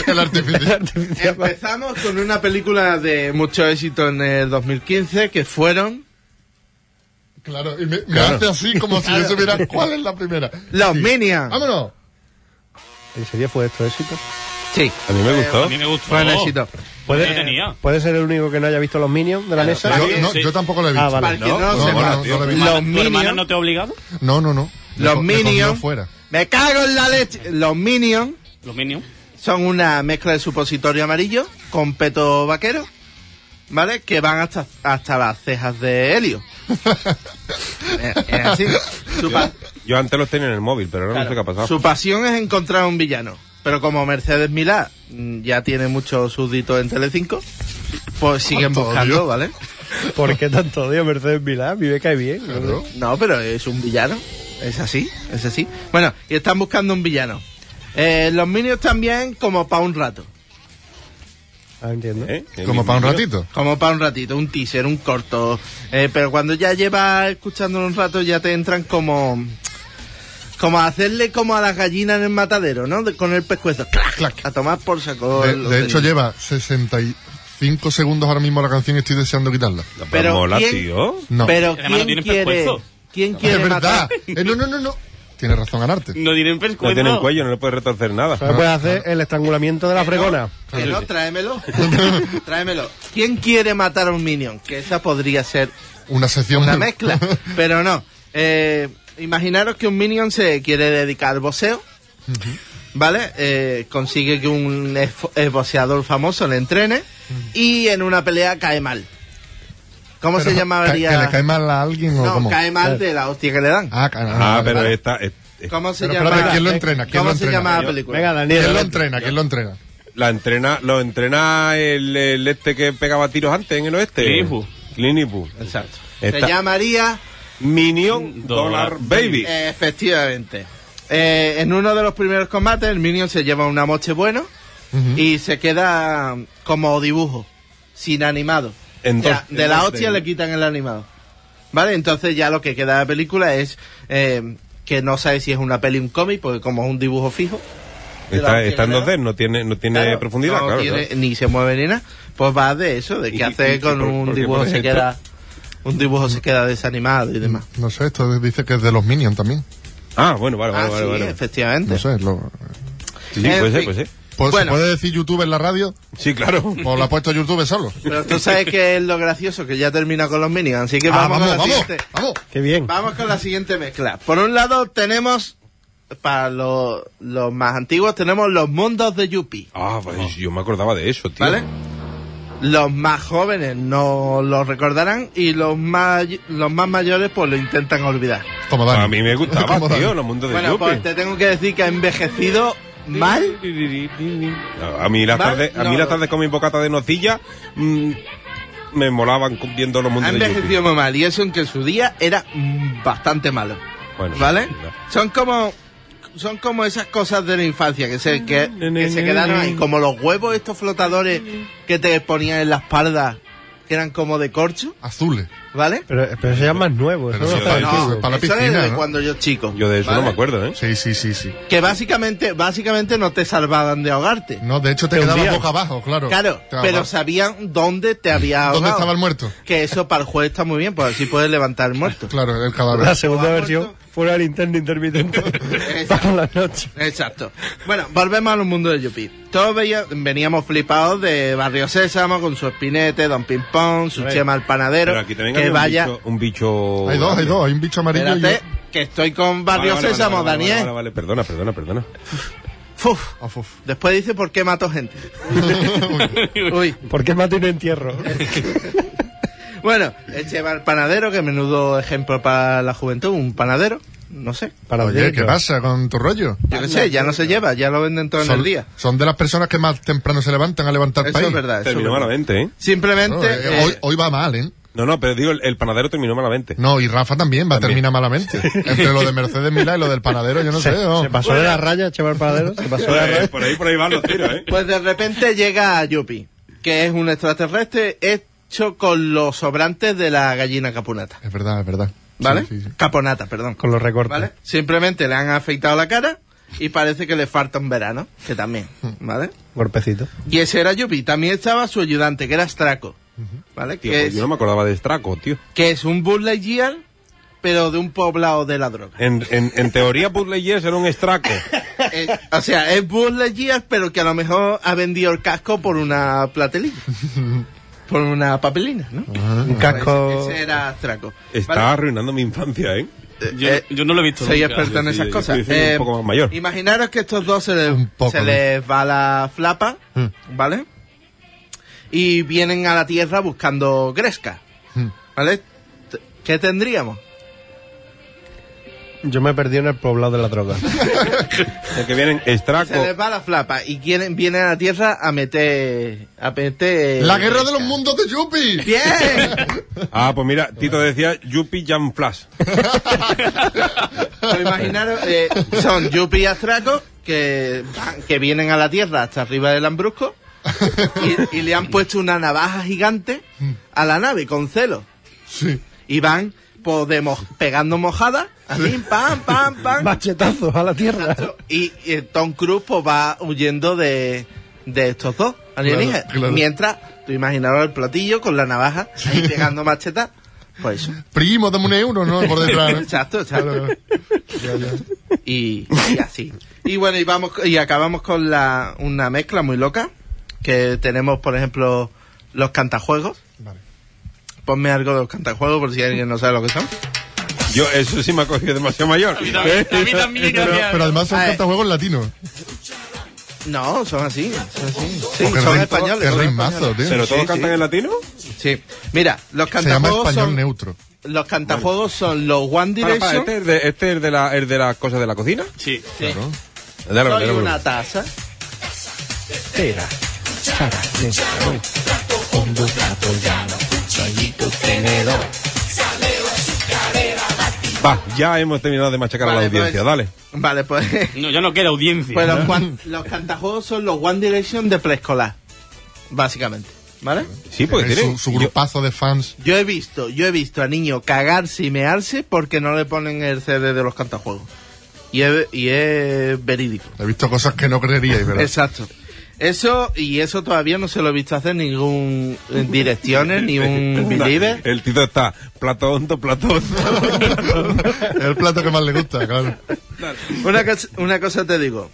El artificial. Artificial, vale. Empezamos con una película de mucho éxito en el 2015 que fueron Claro, y me, me Claro. hace así como si yo supiera cuál es la primera. Los Sí. Minions. ¡Vámonos! ¿En serio fue esto éxito? Sí. A mí me A gustó. mí me gustó. Fue un éxito. Yo tenía. ¿Puede ser el único que no haya visto los Minions de la mesa? Yo, Sí, no, sí. yo tampoco lo he visto. Ah, vale. Para el que no, lo Pues, No, sepa, bueno, no lo he ¿Tu Los visto. hermana- pues, ¿Tu hermana Minions. no te ha obligado? No, no, no. Me Los co- me cogió Minions. fuera. Me cago en la leche. Los Minions Los Minions. son una mezcla de supositorio amarillo con peto vaquero, ¿vale? Que van hasta, hasta las cejas de Helio. Es- es así. Su, pa- Yo antes los tenía en el móvil, pero ahora no sé qué ha pasado. su pasión es encontrar un villano. Pero como Mercedes Milá mm, ya tiene muchos súbditos en Telecinco, pues siguen Santo buscando, Dios. ¿vale? ¿Por qué tanto odio a Mercedes Milá? A mí me cae bien. ¿no? Claro. No, pero es un villano. Es así, es así. Bueno, y están buscando un villano. Eh, los Minions también como para un rato. Ah, entiendo. ¿Eh? El Como mismo para un tío. ratito. Como para un ratito, un teaser, un corto. Eh, pero cuando ya llevas escuchándolo un rato ya te entran como... Como a hacerle como a las gallinas en el matadero, ¿no? De- con el pescuezo. ¡Clac! Clac. A tomar por saco. De, los de hecho, deditos. lleva 65 segundos ahora mismo la canción y estoy deseando quitarla. No, pero, Pero pues, mola, ¿quién- tío. No. Pero Además, no ¿quién tienen quiere, pescuezo. ¿quién quiere es verdad. matar? Eh, no, no, no, no. Tienes razón, Anarte. Pues No tienen No Pues pescuezo. tiene el cuello, no le puede retorcer nada. Ahora puedes hacer el estrangulamiento de la fregona. Que no, tráemelo. tráemelo. ¿Quién quiere matar a un minion? Que esa podría ser Una sección. una muy- mezcla, pero no. Eh, imaginaros que un minion se quiere dedicar al boxeo, ¿vale? Eh, consigue que un esf- eh, boxeador famoso le entrene y en una pelea cae mal. ¿Cómo Pero, se llamaría? ¿Que, que le cae mal a alguien o no, cómo? cae mal de la hostia que le dan. Ah, ca- Ah, vale, pero vale. esta. es- es- ¿Cómo se Pero llama? espérate, ¿quién lo entrena? ¿Quién ¿Cómo lo se entrena? llama la Yo- película? Venga, ¿Quién lo Daniel. entrena? ¿Quién lo entrena? La entrena, lo entrena el, el este que pegaba tiros antes en el oeste. Clint Eastwood. Clint Eastwood. Exacto. Esta- Se llamaría Minion Dollar Dollar Baby. Efectivamente. Eh, en uno de los primeros combates, el Minion se lleva una moche bueno Ujú. y se queda como dibujo, sin animado. En O sea, dos- de en la dos hostia de- le quitan el animado. ¿Vale? Entonces ya lo que queda de la película es eh, que no sabes si es una peli o un cómic, porque como es un dibujo fijo, Está, de está en la- 2D, no tiene, no tiene claro, profundidad, no claro. tiene- claro. ni se mueve ni nada, pues va de eso, de ¿Y- que hace y- con por- un por qué dibujo pones se esto? queda... Un dibujo se queda desanimado y demás. No sé, esto dice que es de los Minions también. Ah, bueno, vale, vale, ah, vale. sí, vale. efectivamente. No sé, lo... Sí, sí, En puede ser, fin. puede ser. ¿Pu- Bueno. ¿Se puede decir YouTube en la radio? Sí, claro. ¿O lo ha puesto YouTube solo? Pero tú sabes que es lo gracioso, que ya termina con los minions, así que Ah, vamos, vamos, con la vamos, siguiente. vamos. Qué bien. Vamos con la siguiente mezcla. Por un lado tenemos, para los, los más antiguos, tenemos los mundos de Yuppie, Ah, pues yo me acordaba de eso, tío. ¿vale? Los más jóvenes no lo recordarán y los más, los más mayores pues lo intentan olvidar. Como Dani. A mí me gustaba, Como Dani. tío, los mundos de Bueno, pues Yuppie. te tengo que decir que ha envejecido mal. A mí las ¿Vale? tardes, a No, mí las no. tardes con mi bocata de nocilla mm, me molaban con- viendo los Ha mundos de Yuppie. envejecido muy mal y eso en que en su día era mm, bastante malo. Bueno, ¿Vale? no. Son como son como esas cosas de la infancia que se, que, que se quedaron ahí, como los huevos estos flotadores que te ponían en la espalda, que eran como de corcho, Azules. ¿vale? Pero, pero eso ya es más nuevo. Eso Pero sí, no está no, antiguo. para la eso es piscina, de ¿no? cuando yo chico. Yo de eso no ¿vale? me acuerdo, ¿eh? Sí, sí, sí, sí. Que básicamente, básicamente no te salvaban de ahogarte. No, de hecho te, Te quedabas hundías. boca abajo, claro. Claro, Te pero ahogabas. sabían dónde te había ahogado. ¿Dónde estaba el muerto? Que eso para el juez está muy bien, pues así puedes levantar el muerto. Claro, el La cadáver. segunda ¿Lo ha versión puesto? fue una linterna intermitente para la noche. Exacto. Bueno, volvemos al mundo de Yupi. Todos veía- veníamos flipados de Barrio Sésamo con su espinete, Don Ping Pong, su Hombre. chema al panadero. Pero aquí también que había vaya. un bicho, un bicho Hay dos, hay grande. dos. Hay un bicho amarillo Espérate, y... que estoy con Barrio Vale, vale, Sésamo, vale, vale, Daniel. Vale, vale, perdona, perdona, perdona. Fuf. Of, of. Después dice por qué mató gente. Uy. ¿Por qué mato y no entierro? Bueno, el chema al panadero, que menudo ejemplo para la juventud, un panadero, no sé. Para Oye, ¿qué pasa con tu rollo? Yo qué sé, ya no se lleva, ya lo venden todo en Son, el día. son de las personas que más temprano se levantan a levantar Eso país. es verdad. Ah, Eso es Terminó verdad. malamente, ¿eh? Simplemente. No, eh, eh, hoy, hoy va mal, ¿eh? No, no, pero digo, el, el panadero terminó malamente. No, y Rafa también va a terminar malamente. Entre lo de Mercedes Milá y lo del panadero, yo no Se, sé. ¿no? se pasó de la raya, chaval paradero. Se pasó de la Pues, raya. por ahí, por ahí van los tiros, ¿eh? Pues de repente llega Yuppie, que es un extraterrestre, es hecho con los sobrantes de la gallina caponata. Es verdad, es verdad. ¿Vale? Sí, sí, sí. Caponata, perdón. Con los recortes. ¿Vale? Simplemente le han afeitado la cara y parece que le falta un verano, que también. ¿Vale? Golpecito. Y ese era Yupi. También estaba su ayudante, que era Straco. ¿Vale? Tío, que, pues es, yo no me acordaba de Straco, tío. que es un Buzz Lightyear, pero de un poblado de la droga. En, en, en teoría, Puzzleyers era un Straco. Eh, o sea, es Buzz Lightyear, pero que a lo mejor ha vendido el casco por una platelina. por una papelina, ¿no? Un casco. Ese era Straco. Está ¿Vale? arruinando mi infancia, ¿eh? Yo, Eh, yo no lo he visto. Soy nunca. experto en sí, esas yo cosas. Eh, soy un poco más mayor. Imaginaros que estos dos se les, Un poco, se ¿no? les va la flapa, Mm. ¿vale? Y vienen a la Tierra buscando Gresca, Mm. ¿vale? T- ¿Qué tendríamos? Yo me perdí en el poblado de la droga. El que vienen Straco. Se les va la flapa y quieren, vienen a la Tierra a meter... A meter ¡La guerra de Gresca. los mundos de Yupi! ¡Bien! Ah, pues mira, Tito decía Yuppie Jan Flash. Pues imaginaros, eh, son Yupi y Astraco que, van- que vienen a la Tierra hasta arriba del Ambrusco y, y le han puesto una navaja gigante a la nave con celo. Sí. Y van pues, de mo- pegando mojadas, así, pam, pam, pam. Machetazos a la tierra. Y, y Tom Cruise pues, va huyendo de, de estos dos alienígenas. Claro, claro. Mientras, tú imaginaros el platillo con la navaja ahí pegando machetas. Pues eso. Primo, dame un euro, ¿no? Por detrás. ¿no? Exacto, exacto. Claro, ya, ya. y, y así. Y bueno, y vamos y acabamos con la, una mezcla muy loca que tenemos, por ejemplo, los cantajuegos. Vale. Ponme algo de los cantajuegos por si alguien no sabe lo que son. Yo, eso sí me ha cogido demasiado mayor. A mí también, a mí también, Pero, gracias. pero además son Ah, eh. cantajuegos latinos. No, son así, son así. Sí, Oh, qué son rey- españoles. qué son ritmazo, españoles. tío. ¿Pero todos Sí, cantan sí. en latino? Sí. Mira, los Se llama cantajuegos español son neutro. los cantajuegos son los One Para, para, Direction. ¿Este es de, este es de la, el de las cosas de la cocina? Sí. Sí. Dale, Soy dale, dale. una taza. Va, ya hemos terminado de machacar a la Vale, pues- audiencia, dale. Vale, pues No, ya no queda audiencia. Pues los, cuan- los cantajuegos son los One Direction de preescolar, básicamente, ¿vale? Sí, pues, Pues, porque Tiene tienen... su, su grupazo de fans. Yo he visto, yo he visto a niños cagarse y mearse porque no le ponen el CD de los cantajuegos. Y es, y es verídico. He visto cosas que no creeríais, ¿verdad? Exacto. Eso, y eso todavía no se lo he visto hacer ningún eh, Directioner, ni un Está- Believer. el Tito está plato hondo, plato hondo. Es el plato que más le gusta, claro. Una, cosa- una cosa te digo.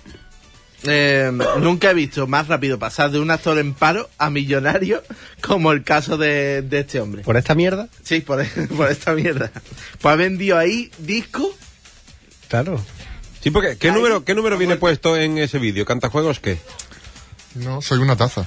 Eh, nunca he visto más rápido pasar de un actor en paro a millonario como el caso de, de este hombre. Por esta mierda. Sí, por, por esta mierda. Pues ha vendido ahí disco. Claro. Sí, porque ¿qué número, qué número viene puesto en ese vídeo? ¿Cantajuegos qué? No, soy una taza.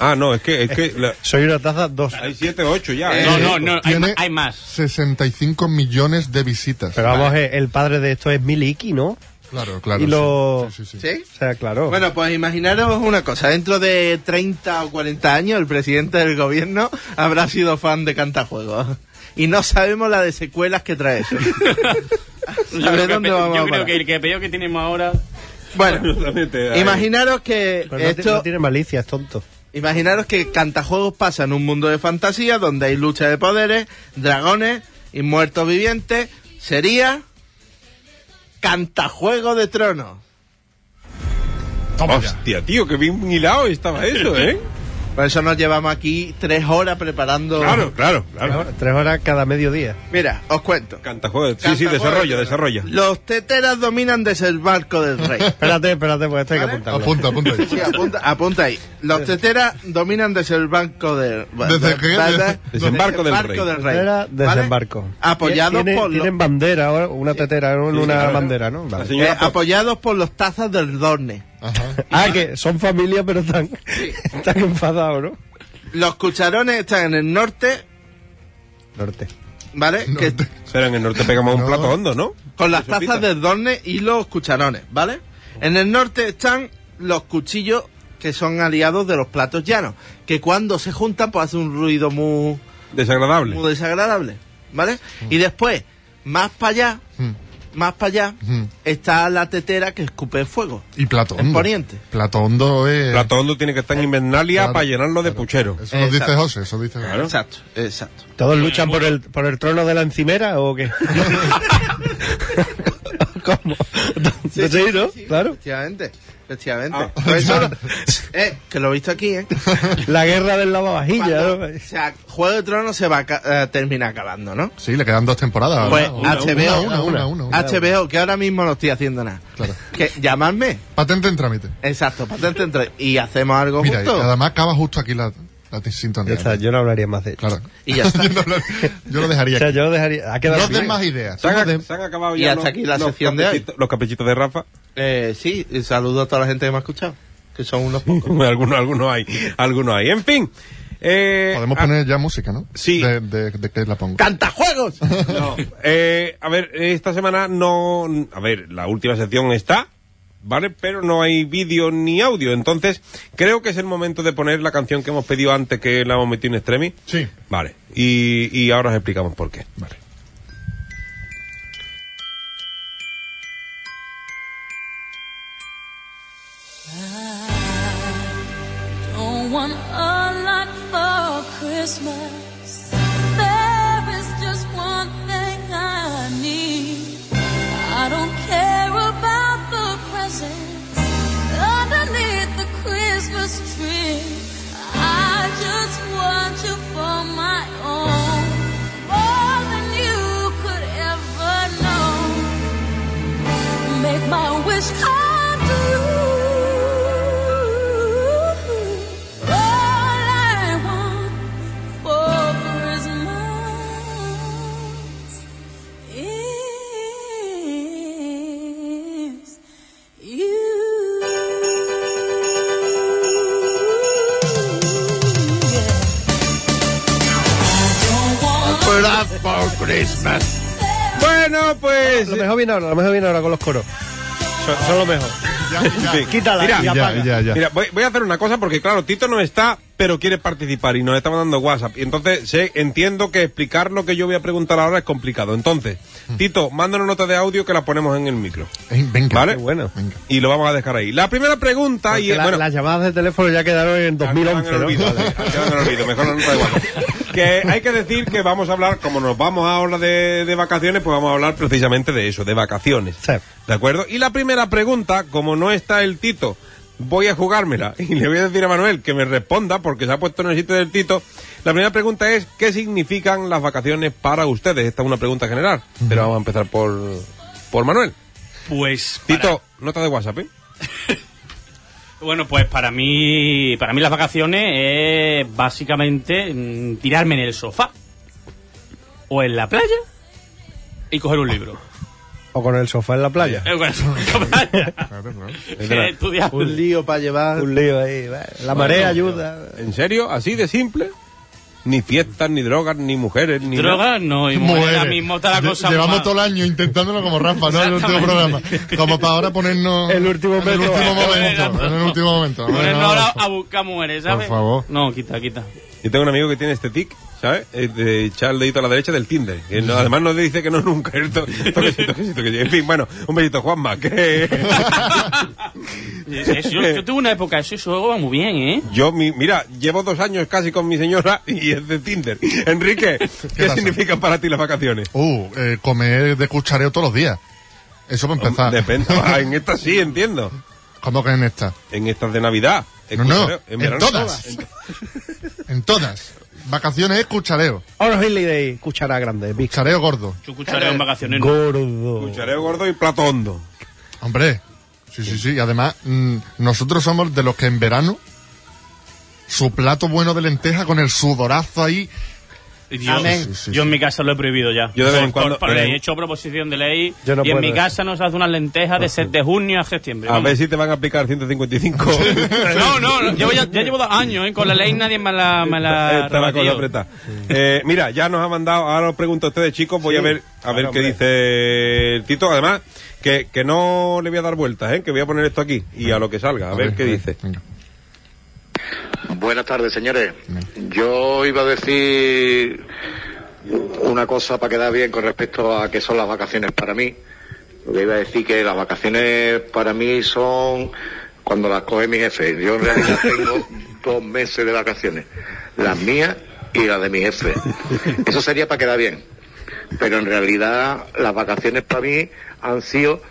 Ah, no, es que... Es que la- Soy una taza dos. Hay siete o ocho ya, ¿eh? no, no, no. Hay, Tiene- ma- hay más. 65 millones de visitas. Pero vamos, eh, el padre de esto es Miliki, ¿no? Claro, claro. y sí. lo- Sí, sí, sí. ¿Sí? O sea, claro. Bueno, pues imaginaros una cosa. Dentro de 30 o 40 años, el presidente del gobierno habrá sido fan de Cantajuegos. Y no sabemos la de secuelas que trae eso. Yo ¿Sabes creo, que, dónde vamos a yo creo parar? que el que peor que tenemos ahora. Bueno, imaginaros que Pero no, ti- esto... no tiene malicia, es tonto. Imaginaros que Cantajuegos pasa en un mundo de fantasía donde hay lucha de poderes, dragones y muertos vivientes. Sería Cantajuego de Tronos. Toma ya. Hostia, tío, que bien hilado estaba eso, ¿eh? Por eso nos llevamos aquí tres horas preparando. Claro, claro, claro. Tres horas cada mediodía. Mira, os cuento. Cantajuegos. Sí, sí, desarrolla, desarrolla. Los teteras dominan desde el barco del rey. Espérate, espérate, pues esto hay que ¿Vale? apuntarlo. Apunta, apunta. ahí. Sí, apunta, apunta ahí. Los teteras dominan desde el barco del ¿Desde qué? Desembarco del rey. Tetera, ¿Vale? desembarco. Apoyados Tienen- por los- Tienen bandera ahora, una tetera, ¿no? una claro. bandera, ¿no? Vale. La señora eh, apoyados por los tazas del Dorne. Ajá. Ah, que son familia, pero están, están enfadados, ¿no? Los cucharones están en el norte, Norte. ¿vale? Que- Pero en el norte pegamos un No. plato hondo, ¿no? con las Eso pita. tazas del Dorne y los cucharones, ¿vale? En el norte están los cuchillos que son aliados de los platos llanos, que cuando se juntan pues hace un ruido muy, Desagradable. muy desagradable, ¿vale? Y después, más para allá, Mm. más para allá, Mm. está la tetera que escupe fuego. Y Plato En Hondo. Poniente. Plato Hondo es. Plato Hondo tiene que estar en Invernalia Claro, para llenarlo de puchero. Eso nos dice Exacto. José, eso dice José. Exacto, exacto. ¿Todos luchan por el, por el trono de la encimera o qué? ¿Cómo? Sí, ¿no? Claro. Efectivamente, efectivamente. Ah. Pues eso lo- eh, que lo he visto aquí, ¿eh? La guerra del lavavajillas. Cuando- ¿no? o sea, Juego de Tronos se va a ca- a terminar acabando, ¿no? Sí, le quedan dos temporadas. Pues ¿verdad? Una, HBO, Una, una, una, una, una. HBO, que ahora mismo no estoy haciendo nada. Claro. Que llamadme. Patente en trámite. Exacto, patente entre. Y hacemos algo Mira, y juntos. además acaba justo aquí la, la t- Ya sintonía. está, yo no hablaría más de ello. Claro. Y ya está. yo, no lo, yo lo dejaría. O sea, aquí. yo dejaría... Ha quedado no den bien. más ideas. Se han, no den- se han acabado Y ya hasta los- aquí la los sección de hoy. caprichitos- los caprichitos de Rafa. Eh, sí, y saludo a toda la gente que me ha escuchado, que son unos pocos. algunos, algunos hay, algunos hay. En fin. eh, Podemos ah, poner ya música, ¿no? Sí. De, de, de que la pongo. ¡Cantajuegos! no, eh, a ver, esta semana no. A ver, la última sección está, ¿vale? Pero no hay vídeo ni audio. Entonces, creo que es el momento de poner la canción que hemos pedido antes que la hemos metido en extremis. Sí. Vale. Y, y ahora os explicamos por qué. Vale. Don't want a lot for Christmas. There is just one thing I need. I don't care about the presents underneath the Christmas tree. I just want you for my own, more than you could ever know make my wish come true. All I want for Christmas is you. Yeah. Bueno, pues. Lo mejor viene ahora, lo mejor viene ahora con los coros. Son, son lo mejor. Ya, ya, Sí. Quítala Mira, y ya, apaga. ya, ya. Mira, voy, voy a hacer una cosa porque, claro, Tito no está, pero quiere participar y nos está mandando WhatsApp. Y entonces sé, entiendo que explicar lo que yo voy a preguntar ahora es complicado. Entonces, Hmm. Tito, mándanos nota de audio que la ponemos en el micro. Eh, venga. ¿Vale? Qué bueno. Venga. Y lo vamos a dejar ahí. La primera pregunta, y Porque la- bueno, Las llamadas de teléfono ya quedaron en quedan 2011, en el olvido, ¿no? vale, quedan en el olvido, mejor la nota de WhatsApp. Que hay que decir que vamos a hablar, como nos vamos ahora de, de vacaciones, pues vamos a hablar precisamente de eso, de vacaciones. Sí. ¿De acuerdo? Y la primera pregunta, como no está el Tito, voy a jugármela y le voy a decir a Manuel que me responda porque se ha puesto en el sitio del Tito. La primera pregunta es, ¿qué significan las vacaciones para ustedes? Esta es una pregunta general, pero vamos a empezar por, por Manuel. Pues para- Tito, nota de WhatsApp, ¿eh? bueno, pues para mí, para mí las vacaciones es básicamente mm, tirarme en el sofá o en la playa y coger un libro. O con el sofá en la playa. Eh, bueno, playa. Claro, claro. He estudiado. Un lío para llevar. Un lío ahí. va. La marea ayuda. ¿En serio? ¿Así de simple? Ni fiestas, ni drogas, ni mujeres, ni... nada. Drogas no, y mujeres, Muere. ahora mismo está la Lle- cosa Llevamos más- todo el año intentándolo como Rafa, ¿no? En el último programa. Como para ahora ponernos. El último en el metro. último momento. Ponernos- En el último momento. Ponernos ahora Rafa. a buscar mujeres, ¿sabes? Por favor. No, quita, quita. Yo tengo un amigo que tiene este tic, ¿sabes? Eh, De echar el dedito a la derecha del Tinder. Que no- además nos dice que no nunca. Esto- toquecito, toquecito, toquecito. En fin, bueno, un besito, Juanma. Que... Eso, yo, yo tuve una época, eso, eso va muy bien, ¿eh? Yo, mi- mira, llevo dos años casi con mi señora y es de Tinder. Enrique, ¿qué, pasa? significan para ti las vacaciones? Uh, eh, comer de cuchareo todos los días. Eso para empezar. Depende. Ah, en esta sí, entiendo. ¿Cómo que en esta? En estas de Navidad. No, no, Escuchareo. en, verano, todas. En todas. Vacaciones es cuchareo. Ahora Holiday, cuchara grande. big. Cuchareo gordo. Yo Eh, escucharé en vacaciones. ¿no? Gordo. Cuchareo gordo y plato hondo. Hombre. Sí, sí, sí. Y además, mm, nosotros somos de los que en verano su plato bueno de lenteja con el sudorazo ahí. Yo, Amén. Sí, sí, yo en sí. mi casa lo he prohibido ya. Yo de vez en Por- cuando- eh, por ley, de- he hecho proposición de ley Yo no y en puedo. mi casa nos hace unas lentejas de, se- de junio a septiembre. A vamos. ver si te van a aplicar 155. No, no, no, llevo ya, ya llevo dos años, ¿eh? Con la ley nadie me la... Me la Está la cosa rebatió. apretada. Eh, mira, ya nos ha mandado, ahora os pregunto a ustedes, chicos, voy a ver a ver qué dice el Tito. Además, que, que no le voy a dar vueltas, ¿eh? que voy a poner esto aquí y a lo que salga, a ver qué dice. Venga. Buenas tardes, señores. Yo iba a decir una cosa para quedar bien con respecto a qué son las vacaciones para mí, Lo que iba a decir que las vacaciones para mí son cuando las coge mi jefe. Yo en realidad tengo dos meses de vacaciones. Las mías y las de mi jefe. Eso sería para quedar bien. Pero en realidad las vacaciones para mí han sido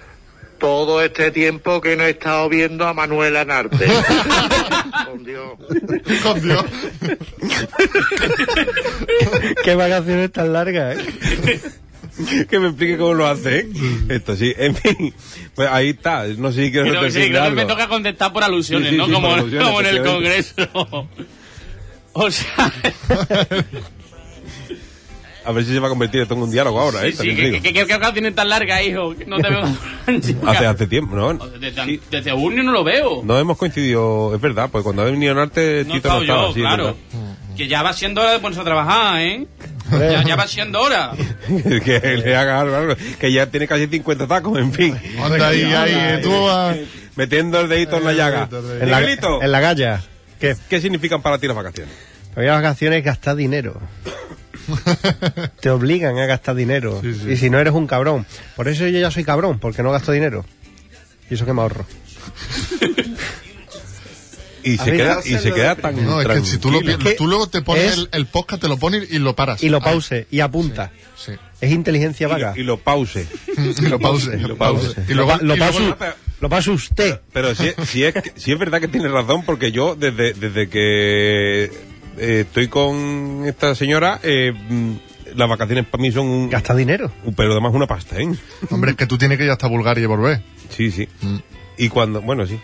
todo este tiempo que no he estado viendo a Manuela Narte. Con Dios. Con Dios. Qué vacaciones tan largas, ¿eh? que me explique cómo lo hace. ¿eh? Esto sí, en fin. Pues ahí está. No sé si quiero Mm. Pero sí, creo que me representarlo. toca contestar por alusiones, Sí, sí, ¿no? sí, como, por alusiones, como en el efectivamente. Congreso. o sea, A ver si se va a convertir esto en un diálogo ahora, ¿eh? sí, También que, digo. que, que, que canciones tan largas, hijo. que No te veo tan chica. Hace, hace tiempo, ¿no? Desde, desde junio no lo veo. No hemos coincidido, es verdad, pues cuando ha venido en arte, No he Tito no estado estaba, yo, sí, es claro. Que ya va siendo hora de ponerse a trabajar, ¿eh? Ya, ya va siendo hora. verdad. que le haga algo, algo, que ya tiene casi 50 tacos, en fin. Anda ahí, ahí, eh, tú vas. Metiendo el dedito en la llaga. En la, Miguelito, en la galla. Que ¿qué significan para ti las vacaciones? para mí las vacaciones es gastar dinero. Te obligan a gastar dinero. Y si no eres un cabrón. Por eso yo ya soy cabrón, porque no gasto dinero. Y eso que me ahorro. Y se mí queda, no y se se lo queda de- tan No, es que si tú, lo, tranquilo. pi- tú luego te pones Es- el, el podcast, te lo pones y lo paras. Y lo Ah. Ahí. pause, y apunta. Sí. Es inteligencia Y vaga. lo- y lo pause. Y lo pause. Y lo pause. Y luego, pa- lo, y luego- paso, lo paso usted. Pero si, si, es, que- si es verdad que tienes razón, porque yo desde, desde que eh, estoy con esta señora, eh, mm, las vacaciones para mí son un... Gasta dinero. un- Pero además una pasta, ¿eh? Hombre, es que tú tienes que ir hasta Bulgaria y volver. Sí, sí. Y cuando... Bueno, sí.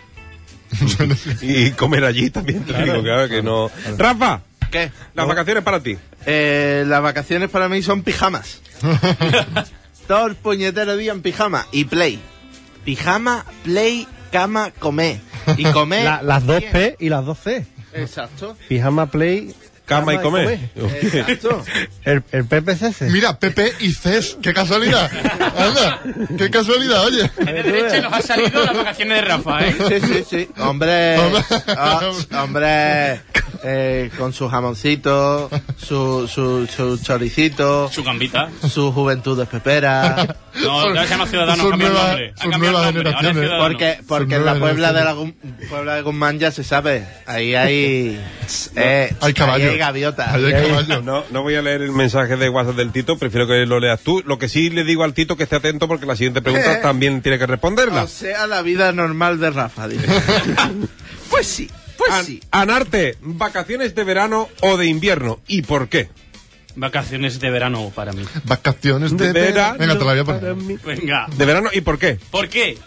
y comer allí también, te digo, claro, que no... ¡Rafa! ¿Qué? Pues, Las vacaciones para ti. Eh, las vacaciones para mí son pijamas. Todo el puñetero día en pijama y play. Pijama, play, cama, comer. Y comer. La- las dos P y las dos C. Exacto. Pijama play. Cama y comer. Exacto. El, el PPCC. Mira, Pepe y Cés, qué casualidad. Anda, qué casualidad, oye. De derecha nos ha salido las vacaciones de Rafa, ¿eh? Sí, sí, sí. Hombre. Hombre. ah, hombre. eh, con su jamoncito, su, su, su choricito, Su gambita. su juventud de pepera. No, Son- ya se llama Ciudadanos, son ha cambiado el nuevas- nombre. Ha son cambiado el nuevas nombre, ahora es generaciones. Ciudadanos. Porque, porque Son en la nuevas Puebla de, la, Gu- Puebla de Guzmán ya se sabe. Ahí hay. eh, Hay caballo. ahí hay gaviota. Eh, Ahí hay caballo. No, no voy a leer el mensaje de WhatsApp del Tito, prefiero que lo leas tú. Lo que sí le digo al Tito que esté atento porque la siguiente pregunta también tiene que responderla. O sea, la vida normal de Rafa, dice. pues sí, pues An- sí. Anarte, vacaciones de verano o de invierno y por qué. Vacaciones de verano para mí. Vacaciones de De verano verano. Venga, te la voy a poner. Venga. De verano y por qué. ¿Por qué?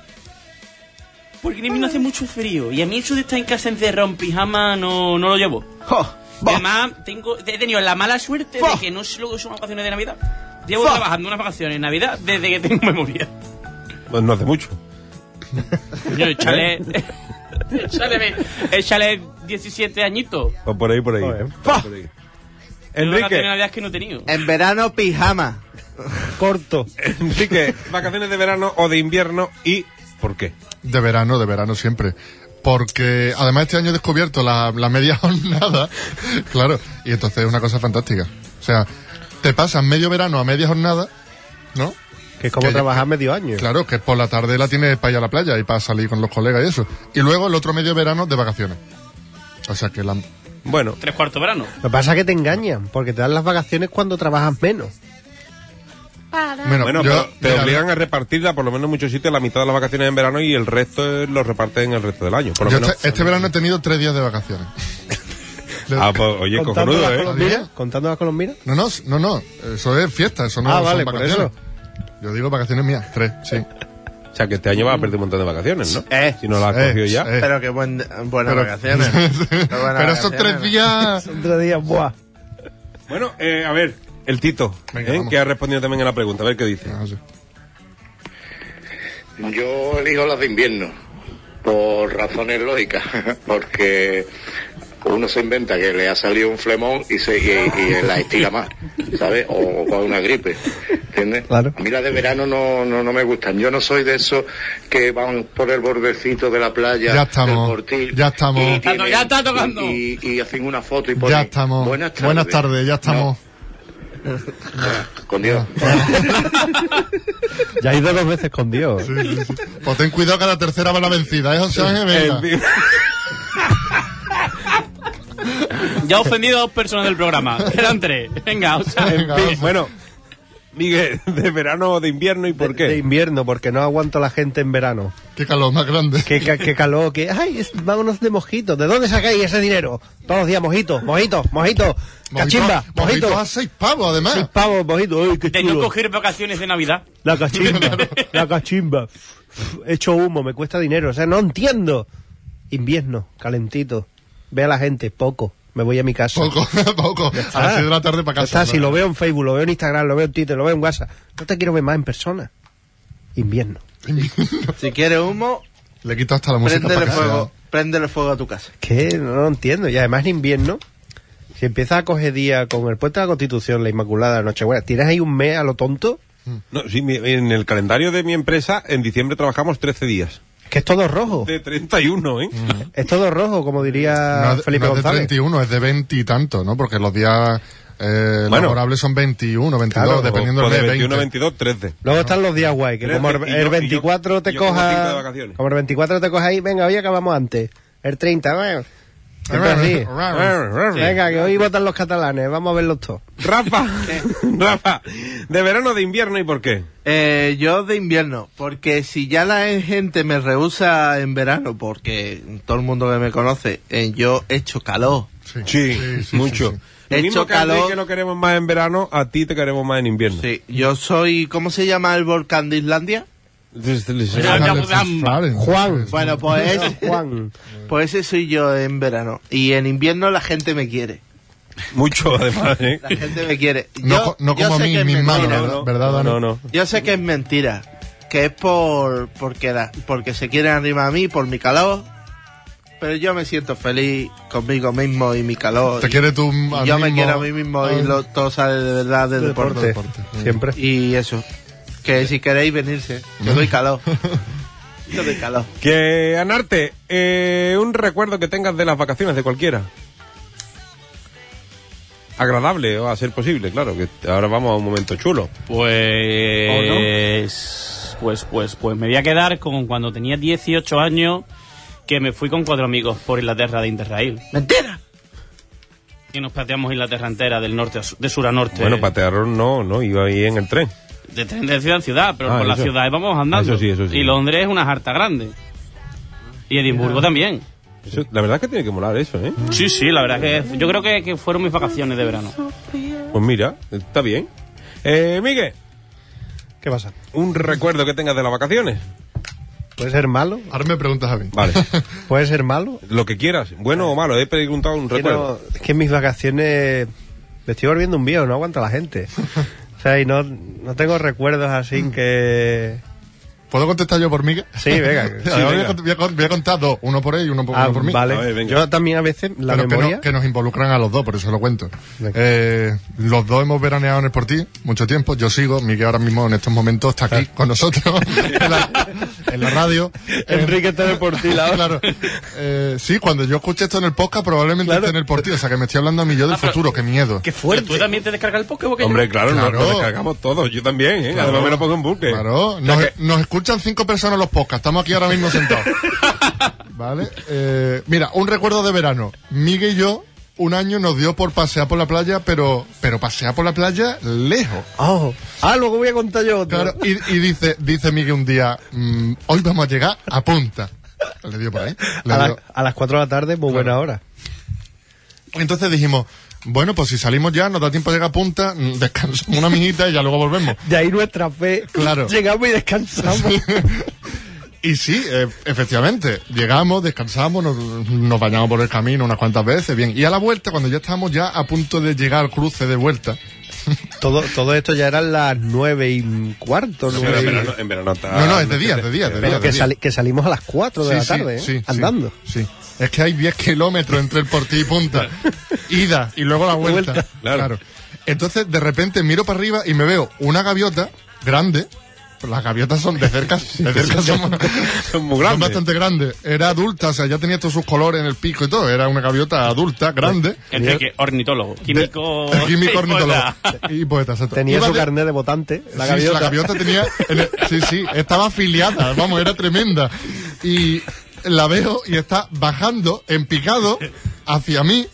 Porque en mí no hace mucho frío y a mí eso de estar en casa encerrado en pijama no, no lo llevo. Jo, Y bo. Además, tengo, he tenido la mala suerte Fua. de que no sé lo que son vacaciones de Navidad. Llevo Fua. trabajando unas vacaciones de Navidad desde que tengo memoria. Pues no hace mucho. Yo, échale. échale, échale 17 añitos. O Pues por ahí, por ahí. Joder. Por ahí. Las vacaciones de Enrique, Navidad que no he tenido. En verano, pijama. Corto. Enrique, vacaciones de verano o de invierno y por qué. De verano, de verano siempre. Porque además este año he descubierto la, la media jornada. Claro, y entonces es una cosa fantástica. O sea, te pasas medio verano a media jornada, ¿no? Que es como Que- trabajar medio año. Claro, que por la tarde la tienes para ir a la playa y para salir con los colegas y eso. Y luego el otro medio verano de vacaciones. O sea que la... Bueno, Tres cuartos verano. Lo que pasa es que te engañan, porque te dan las vacaciones cuando trabajas menos. Bueno, bueno yo- pero te mira, obligan a repartirla por lo menos en muchos sitios la mitad de las vacaciones en verano y el resto eh, lo reparten el resto del año. Por lo yo menos. este, este verano he tenido tres días de vacaciones. Ah, pues, oye, cojonudo, las ¿eh? colombinas, Adiós. contando las colombinas. No, no, no, no. Eso es fiesta, eso no Ah, son vale, por vacaciones. Yo digo vacaciones mías, tres, sí. O sea, que este año vas a perder un montón de vacaciones, ¿no? Eh, si no la has cogido eh, ya. eh. Pero qué buen, buenas Pero- vacaciones. Qué buenas Pero esos vacaciones, tres ¿no? días... Otro día, buah. Bueno, eh, a ver, el Tito, Venga, ¿eh? vamos. que ha respondido también a la pregunta, a ver qué dice. Ah, sí. Yo elijo las de invierno, por razones lógicas, porque uno se inventa que le ha salido un flemón y se y, y la estira más, ¿sabes? O, o con una gripe, ¿entiendes? Claro. A mí las de verano no, no, no me gustan. Yo no soy de esos que van por el bordecito de la playa, Ya estamos, del portil, ya estamos. y Ya está to- ya está tocando. Y, y hacen una foto y ponen, Ya estamos. Buenas tardes. ya estamos. No, Con Dios. Ya he ido dos veces con Dios. Pues ten cuidado que la tercera va la vencida, ¿eh, José Ángel? Venga. En fin. Ya he ofendido a dos personas del programa. Eran tres. Venga, o sea. Venga, En fin, vamos. bueno, Miguel, ¿de verano o de invierno y por De qué? invierno, porque no aguanto la gente en verano. Qué calor más grande. Qué, ca- qué calor, que... ¡Ay, es- vámonos de mojitos! ¿De dónde sacáis ese dinero? Todos los días mojitos, mojitos, mojitos. Cachimba, Mojitos- mojitos a mojitos. Ah, seis pavos, además. Seis pavos, mojitos. ¡Ay, qué De no chulo! coger vacaciones de Navidad. La cachimba, la cachimba. Hecho humo, me cuesta dinero. O sea, no entiendo. Invierno, calentito. Ve a la gente, poco. Me voy a mi casa. Ah, Poco, poco. A las seis de la tarde para Ya casa. está, si lo veo en Facebook, lo veo en Instagram, lo veo en Twitter, lo veo en WhatsApp. No te quiero ver más en persona. Invierno. Si quieres humo, Le quito hasta la música préndele para que fuego, préndele fuego a tu casa. Que no lo entiendo. Y además en invierno, si empiezas a coger día con el puente de la Constitución, la Inmaculada, la Nochebuena, tienes ahí un mes a lo tonto, No, sí, mi- en el calendario de mi empresa, en diciembre trabajamos 13 días. que es todo Oh. rojo. De 31, ¿eh? Mm. Es todo rojo, como diría No es- Felipe no es de González. 31, es de 20 y tanto, ¿no? Porque los días eh, Bueno. laborables son 21, 22, Claro, pues dependiendo O del de mes. 21, 20. 22, 13. Luego están los días guay, que Pero como es el, que- y el yo- y 24 yo- te yo como cinco de coja. vacaciones. Como el 24 te coja ahí, venga, hoy acabamos antes. El 30, bueno. Siempre así. Venga, que hoy votan los catalanes, vamos a verlos todos. Rafa, Rafa, ¿de verano o de invierno y por qué? Eh, yo de invierno, porque si ya la gente me rehúsa en verano, porque todo el mundo que me conoce, eh, yo echo calor. Sí, mucho. sí, sí. Lo He mismo hecho que a ti calor. que lo queremos más en verano, a ti te queremos más en invierno. Sí, yo soy, ¿cómo se llama el volcán de Islandia? Ya, ya, ya. Juan. Bueno, pues ese, Juan. pues ese soy yo en verano. Y en invierno la gente me quiere. Mucho, además, ¿eh? La gente me quiere. No, Yo- co- no yo como a sé mí, que es mis manos, mentira. ¿verdad? ¿Verdad, Dani? No, no. Yo sé que es mentira, que es por porque la- porque se quieren arriba a mí por mi calor, pero yo me siento feliz conmigo mismo y mi calor. Te y- quiere tú y al yo me mismo- quiero a mí mismo y al- lo, todo sale de verdad del deporte. deporte. Siempre. Y eso, que si queréis venirse, yo doy calor. yo doy calor. Que, Anarte, eh, un recuerdo que tengas de las vacaciones de cualquiera. Agradable, o a ser posible, claro, que ahora vamos a un momento chulo. Pues, pues, pues, pues me voy a quedar con cuando tenía 18 años que me fui con cuatro amigos por Inglaterra de Interrail. ¡Mentira! Que nos pateamos Inglaterra entera, del norte a su- de sur a norte. Bueno, patearon no, no, iba ahí en el tren. de tren de ciudad en ciudad, pero Ah, por eso. las ciudades vamos andando. Eso sí, eso sí. Y Londres es una jarta grande. Y Edimburgo también. Eso- la verdad es que tiene que molar eso, ¿eh? Sí, sí, la verdad que yo creo que, que fueron mis vacaciones de verano. Pues mira, está bien. Eh, Miguel, ¿Qué pasa? un recuerdo que tengas de las vacaciones. ¿Puede ser malo? Ahora me preguntas a mí. Vale. ¿Puede ser malo? Lo que quieras, bueno o malo, he preguntado un recuerdo. Quiero- es que en mis vacaciones me estoy volviendo un viejo, no aguanto a la gente. O sea, y no, no tengo recuerdos Mm. así que... ¿Puedo contestar yo por mí? Sí, venga, sí, Ahora voy, a venga. cont- voy a cont- voy a contar dos, uno por él y uno por, Ah, uno Pues por mí. vale. A ver, venga. Yo también a veces la Pero que no- memoria... que, nos involucran a los dos, por eso lo cuento. Venga. Eh, los dos hemos veraneado en el Sporting mucho tiempo. Yo sigo, Miguel ahora mismo en estos momentos está aquí con nosotros en, la, en la radio. Enrique está de por ti, la hora. Claro. Eh, sí, cuando yo escuché esto en el podcast, probablemente Claro. Ah, esté en el Sporting. O sea, que me estoy hablando a mí yo del futuro, qué miedo. ¡Qué fuerte! ¿Tú también te descargas el Pokémon? que yo? Hombre, claro, nos- Claro. Nos, descargamos todos, yo también, ¿eh? Además me lo pongo en buque. Claro, O sea nos, que- nos escuchan cinco personas los podcasts, estamos aquí ahora mismo sentados. ¿Vale? Eh, mira, un recuerdo de verano. Miguel y yo, un año nos dio por pasear por la playa, pero, pero pasear por la playa lejos. Oh. Ah, luego voy a contar yo otro. Claro, y, y dice, dice Miguel un día, mm, hoy vamos a llegar a punta. Le dio por ahí. le a, la- dio. a las 4 de la tarde, muy buena hora. Entonces dijimos, bueno, pues si salimos ya, nos da tiempo de llegar a punta, mm, descansamos una mijita y ya luego volvemos. De ahí nuestra fe. Claro. Llegamos y descansamos. Y sí, eh, efectivamente, llegamos, descansamos, nos, nos bañamos por el camino unas cuantas veces, bien. Y a la vuelta, cuando ya estábamos ya a punto de llegar al cruce de vuelta, todo, todo esto ya eran las 9 y cuarto. No, nueve pero en y- verano, en verano está- No, no, es de día, es de día, es de Ah, Pero día. que, sali- que salimos a las 4 de Sí, la sí, tarde, ¿eh? sí, sí, andando. Sí, Es que hay 10 kilómetros entre el portillo y punta. Ida y luego la vuelta. Vuelta. Claro. Entonces, de repente miro para arriba y me veo una gaviota grande Las gaviotas son de cerca, de cerca son, son muy son grandes. bastante grandes. Era adulta, o sea, ya tenía todos sus colores en el pico y todo. Era una gaviota adulta, grande. Enrique, ornitólogo. Químico. Químico ornitólogo. Hola. Y poeta, exacto. Tenía Iba su de- carnet de votante, la Sí, sí, gaviota. tenía. en el- sí, sí, estaba afiliada, vamos, era tremenda. Y la veo y está bajando en picado hacia mí.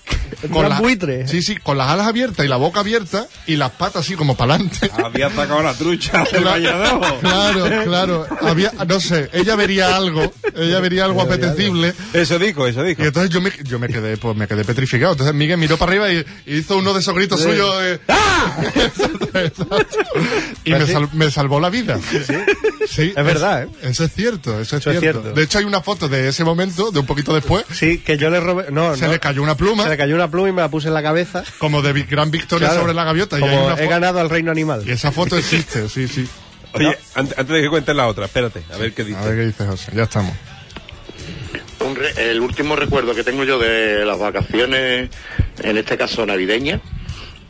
Era buitre. Sí, sí, con las alas abiertas y la boca abierta y las patas así como para adelante. Había atacado la trucha del Claro, valladolid. claro, claro. Había, no sé, ella vería algo, ella vería algo apetecible. Eso dijo, eso dijo. Y entonces yo me, yo me quedé, pues me quedé petrificado. Entonces Miguel miró para arriba y, y hizo uno de esos gritos suyos. eh, ¡Ah! Exacto, exacto. y Pues me, sal- me salvó la vida. Sí, Es verdad, ¿eh? Eso es cierto, eso es, Eso es cierto. cierto. De hecho, hay una foto de ese momento, de un poquito después. Sí, que yo le robé. No, Se no, le cayó una pluma, se le cayó una pluma y me la puse en la cabeza. como de vi- gran victoria Claro, sobre la gaviota. Y, hay Como una he fo- ganado al reino y animal. esa foto existe, sí, sí. Oye, ante- antes de que cuentes la otra, espérate, a ver qué A dice. ver qué dice José, ya estamos. Un re- el último recuerdo que tengo yo de las vacaciones, en este caso navideña,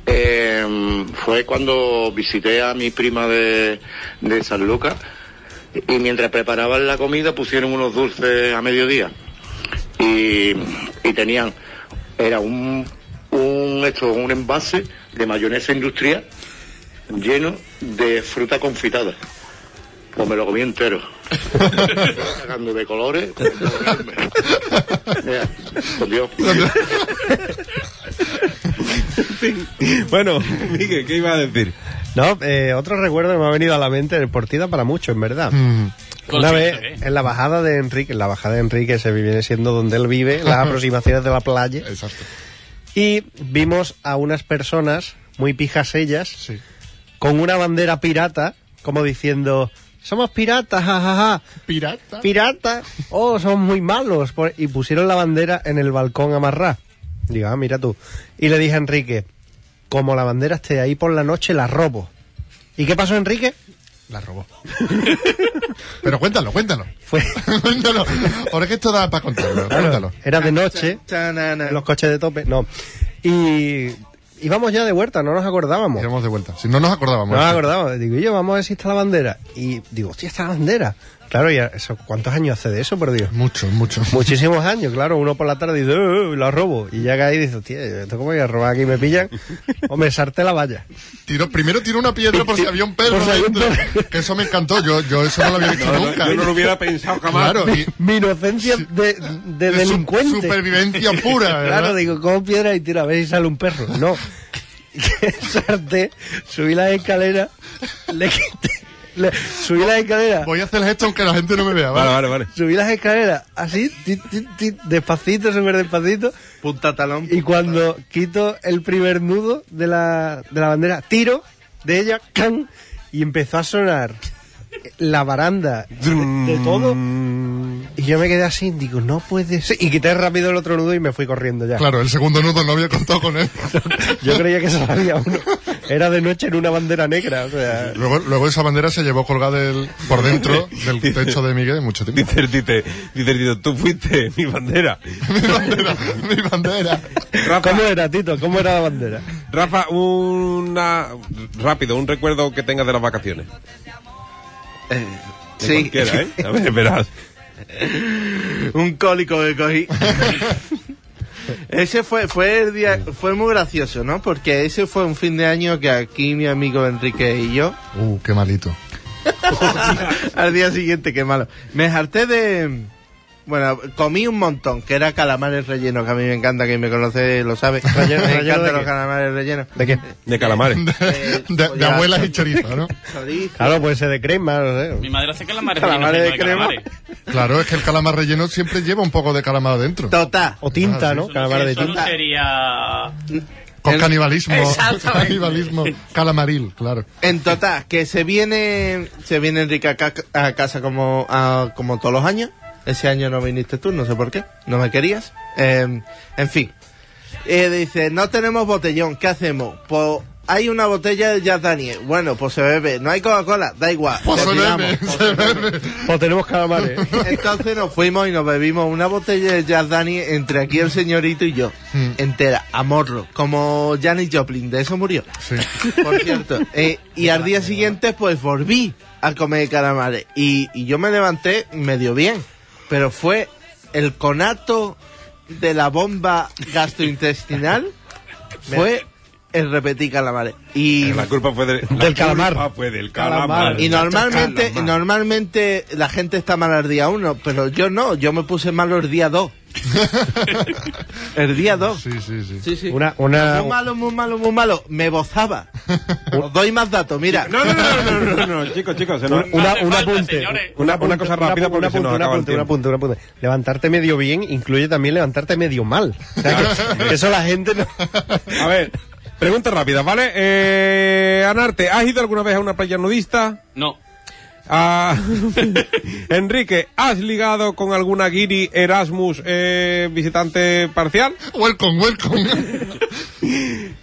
eh, fue cuando visité a mi prima de, de San Lucas y mientras preparaban la comida pusieron unos dulces a mediodía y, y tenían, era un, un, esto, un envase de mayonesa industrial lleno de fruta confitada. Pues me lo comí entero. Sacando de colores. pues, Mira, por Dios. Bueno, Miguel, ¿qué iba a decir? No, eh, otro recuerdo que me ha venido a la mente, deportiva para muchos, en verdad. Una Consciente, vez ¿eh? en la bajada de Enrique, en la bajada de Enrique se viene siendo donde él vive, las aproximaciones de la playa, Exacto, y vimos a unas personas, muy pijas ellas, sí. con una bandera pirata, como diciendo, somos piratas, jajaja, Pirata. pirata, oh, son muy malos. por- Y pusieron la bandera en el balcón amarrá. Digo, ah, mira tú. Y le dije a Enrique, como la bandera esté ahí por la noche, la robo. ¿Y qué pasó, Enrique? La robó. Pero cuéntalo, cuéntalo. Fue... cuéntalo. Ahora que esto da para contarlo. Cuéntalo. Era de noche, Tanana. en los coches de tope, no. Y íbamos ya de vuelta, no nos acordábamos. Iremos de vuelta. Si no nos acordábamos. No me acordaba. Digo, yo, vamos a ver si está la bandera. Y digo, hostia, está la bandera. Claro, ya, eso, ¿cuántos años hace de eso, por Dios? Mucho, mucho. Muchísimos años, claro. Uno por la tarde dice, "Eh, eh, la robo. Y llega ahí y dice, hostia, ¿esto cómo voy a robar aquí? ¿Me pillan? O me sarté la valla. Tiro, primero tiró una piedra por si había un perro Por si había un dentro. Que eso me encantó. Yo, yo eso no lo había visto No, no, nunca. yo no lo hubiera pensado jamás. Claro, y Mi inocencia de, de es su- delincuente. supervivencia pura. ¿verdad? Claro, digo, como piedra y tira, a ver si sale un perro. No. Sarté, subí la escalera, le quité. le- subí la escalera. Voy a hacer el gesto aunque la gente no me vea. Vale, ¿vale? vale, vale. Subí las escaleras así, tit, tit, tit, despacito, súper despacito. Punta talón. Y cuando quito el primer nudo de la, de la bandera, tiro de ella, can, y empezó a sonar la baranda de, de todo. Y yo me quedé así, digo, no puede ser. Y quité rápido el otro nudo y me fui corriendo ya. Claro, el segundo nudo no había contado con él. Yo creía que se sabía uno. Era de noche en una bandera negra. O sea, Luego, luego esa bandera se llevó colgada del- por dentro del techo de Miguel mucho tiempo. Dice el Tite, dice el Tito, tú fuiste mi bandera. mi bandera, mi bandera. ¿Cómo era, Tito? ¿Cómo era la bandera? Rafa, una rápido, un recuerdo que tengas de las vacaciones. Eh, De sí. Cualquiera, ¿eh? A ver, verás. un cólico que cogí. ese fue fue el día fue muy gracioso, ¿no? Porque ese fue un fin de año que aquí mi amigo Enrique y yo Uh, qué malito. al día siguiente, qué malo. Me harté de bueno, comí un montón, que era calamares rellenos, que a mí me encanta, quien me conoce lo sabe. ¿Relleno- me relleno de encantan los qué? calamares rellenos. ¿De qué? De calamares. Eh, De, de pues Oye, abuelas y chorizo, ¿no? Chorizo. Claro, puede ser de crema, no sé. Mi madre hace calamares. Calamares rellenos de crema. calamares. Claro, es que el calamar relleno siempre lleva un poco de calamar adentro. Total. O tinta, ¿no? Eso no- Calamar de eso no tinta. sería... Con El- canibalismo. Exactamente. Canibalismo. Calamaril, claro. En total, que se viene, se viene Enrique a, ca- a casa como, a- como todos los años. Ese año no viniste tú, no sé por qué, no me querías. Em, Eh, en fin. Eh, dice, no tenemos botellón, ¿qué hacemos? Pues hay una botella de Jack Daniel. Bueno, pues se bebe. No hay Coca-Cola, da igual. Pues le se tiramos. bebe, se bebe. O Pues tenemos calamares. Entonces nos fuimos y nos bebimos una botella de Jack Daniel entre aquí el señorito y yo. Mm. Entera, a morro. Como Janis Joplin, de eso murió. Sí. Por cierto. Eh, y al día siguiente, pues volví a comer calamares. Y, y yo me levanté medio bien. Pero fue el conato de la bomba gastrointestinal. Fue el repetir calamares. Y La culpa fue del, la Del calamar. culpa fue del calamar. y normalmente, Calamar. normalmente la gente está mal el día uno, pero yo no, yo me puse malo el día dos. el día dos. Sí, sí, sí. Sí, sí. Una- una- Muy malo, muy malo, muy malo. Me bozaba. Os doy más datos, mira. No, no, no, no, no, no, no, chicos, chicos. se nos- Una, hace un falta, apunte. señores. Una- una cosa rápida porque un se nos apunte, un acaba el apunte, un tiempo. apunte, un apunte. Levantarte medio bien incluye también levantarte medio mal. O sea, que- que eso la gente no... A ver, preguntas rápidas, ¿vale? Eh, Anarte, ¿has ido alguna vez a una playa nudista? No. Ah, Enrique, ¿has ligado con alguna guiri Erasmus eh, visitante parcial? Welcome, welcome.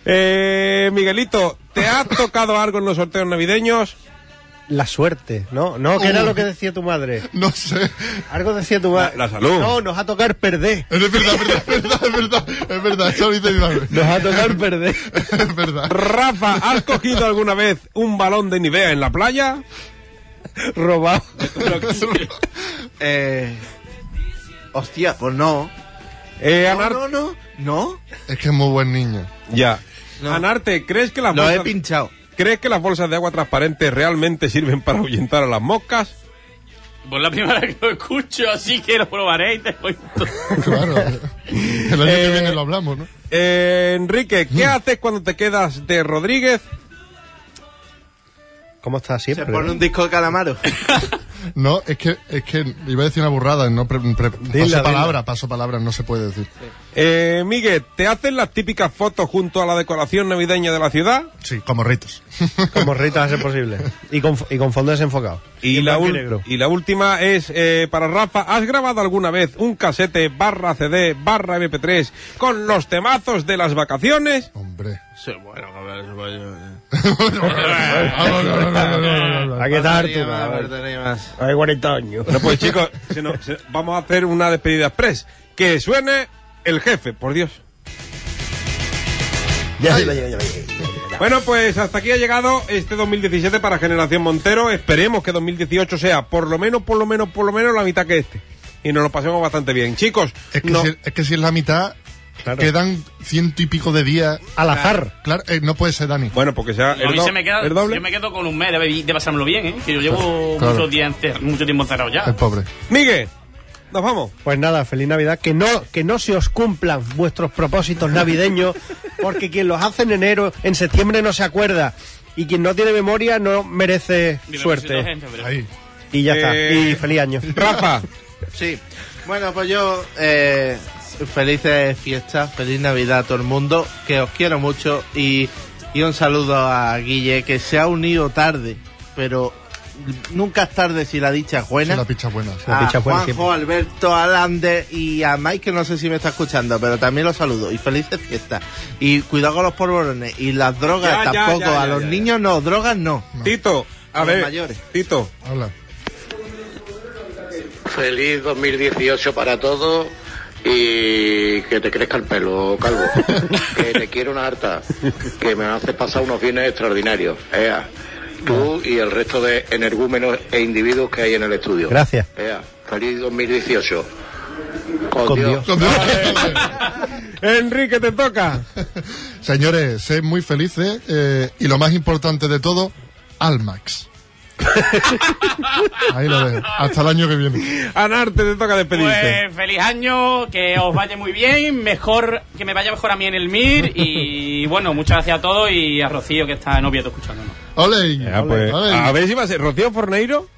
Eh, Miguelito, ¿te ha tocado algo en los sorteos navideños? La suerte, ¿no? No, que Uh. era lo que decía tu madre. No sé. Algo decía tu madre. La- la salud. No, nos ha tocado perder. Es verdad, es verdad, es verdad, es verdad. Es verdad, eso lo dice mi madre. Nos ha tocado perder. Es verdad. Rafa, ¿has cogido alguna vez un balón de Nivea en la playa? Robado. Eh, hostia, pues no. Eh, No, Anarte, no, no. No, Es que es muy buen niño. ya. No. Anarte, ¿crees que las lo he bolsas, pinchado. crees que las bolsas de agua transparente realmente sirven para ahuyentar a las moscas? Por la primera que lo escucho, así que lo probaré y te cuento. Claro. El año que viene lo hablamos, ¿no? Eh, Enrique, ¿qué haces cuando te quedas de Rodríguez? ¿Cómo está Se siempre? pone un disco de calamaro. No, es que, es que iba a decir una burrada. No pre- pre- dila. paso palabra, paso palabra, no se puede decir. Eh, Miguel, ¿te hacen las típicas fotos junto a la decoración navideña de la ciudad? Sí, como ritos. Como Rita, a ser posible. Y con, y con fondo desenfocado. Y, En la, ul- blanco negro. y la última es eh, para Rafa. ¿Has grabado alguna vez un casete barra CD barra MP3 con los temazos de las vacaciones? Hombre. Sí, bueno, a ver, pues, Aquí está Arturo. a ver. Hay 40 años. Bueno, pues chicos, se nos- se- vamos a hacer una despedida express. Que suene el jefe, por Dios. Ya, ya, ya, ya, ya. Bueno, pues hasta aquí ha llegado este 2017 para Generación Montero. Esperemos que 2018 sea por lo menos, por lo menos, por lo menos la mitad que este. Y nos lo pasemos bastante bien. Chicos, Es que, no- si, es que si es la mitad, Claro. quedan ciento y pico de días. Al azar. Claro, eh, no puede ser, Dani. bueno, porque sea a el mí do- se me queda, el doble. yo me quedo con un mes de, de pasármelo bien, ¿eh? Que yo llevo Claro. muchos días encer- mucho tiempo encerrado El ya. pobre. Miguel, nos vamos. Pues nada, feliz Navidad. Que no, que no se os cumplan vuestros propósitos navideños, porque quien los hace en enero, en septiembre no se acuerda. Y quien no tiene memoria no merece Mi propósito es en suerte. febrero. Ahí. Y ya está. Eh, Y feliz año. Rafa. Sí. Bueno, pues yo, eh, felices fiestas, feliz Navidad a todo el mundo, que os quiero mucho y, y un saludo a Guille, que se ha unido tarde, pero nunca es tarde si la dicha es Sí, buena. la picha buena. sí. Ah. la a dicha es buena Juanjo, siempre. Alberto, Alander y a Mike, que no sé si me está escuchando, pero también los saludo. Y felices fiestas. Y cuidado con los polvorones. Y las drogas Ya, ya, tampoco. ya, ya, a los ya, ya. niños no, drogas no. Tito, a Los ver, mayores. Tito, Habla. Feliz 2018 para todos y que te crezca el pelo, Calvo. que te quiero una harta. Que me haces pasar unos bienes extraordinarios. Ea. Tú y el resto de energúmenos e individuos que hay en el estudio. Gracias. Ea. Feliz 2018. Con, Con Dios. Dios. Enrique te toca. Señores, sed muy felices eh, y lo más importante de todo, Almax. Ahí lo dejo. Hasta el año que viene. Anarte te toca despedirte. Pues feliz año, que os vaya muy bien, mejor que me vaya mejor a mí en el MIR y bueno, muchas gracias a todos y a Rocío que está en Oviedo escuchándonos. Ole. Ya, pues, Ole. a ver si va a ser Rocío Forneiro.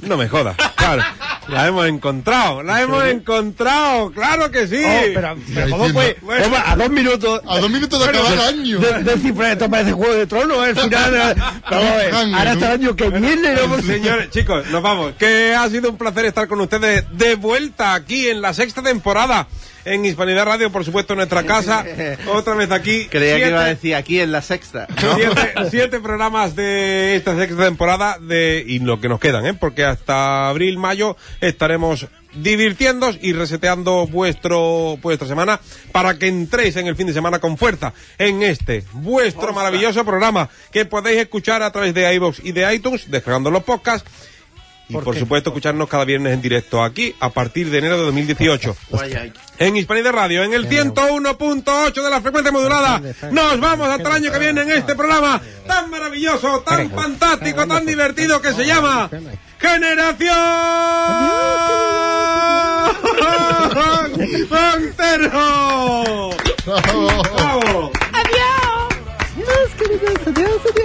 No me jodas. Claro, la hemos encontrado, la hemos encontrado, claro que sí. Oh, pero, pero ¿cómo fue? Bueno. ¿Cómo? a dos minutos. A dos minutos de acabar pues, el año. De, descifrar, esto parece Juego de Tronos, el final. eh. Vamos a ver, ahora hasta el año que viene, ¿no? Señores, chicos, nos vamos. Que ha sido un placer estar con ustedes de vuelta aquí en la sexta temporada. en Hispanidad Radio, por supuesto, en nuestra casa. Otra vez aquí. Creía Siete- que iba a decir aquí en la sexta. Siete, siete programas de esta sexta temporada de, y lo que nos quedan, ¿eh? porque hasta abril, mayo estaremos divirtiéndoos y reseteando vuestro, vuestra semana para que entréis en el fin de semana con fuerza en este vuestro maravilloso programa que podéis escuchar a través de iVoox y de iTunes descargando los podcasts y por, supuesto escucharnos cada viernes en directo aquí a partir de enero de 2018 en Hispanidad Radio, en el 101.8 de la frecuencia modulada. Nos vamos hasta el año que viene en este programa tan maravilloso, tan fantástico, tan divertido que se llama Generación Montero. Bravo. ¡Bravo! Adiós, queridos. Adiós, adiós.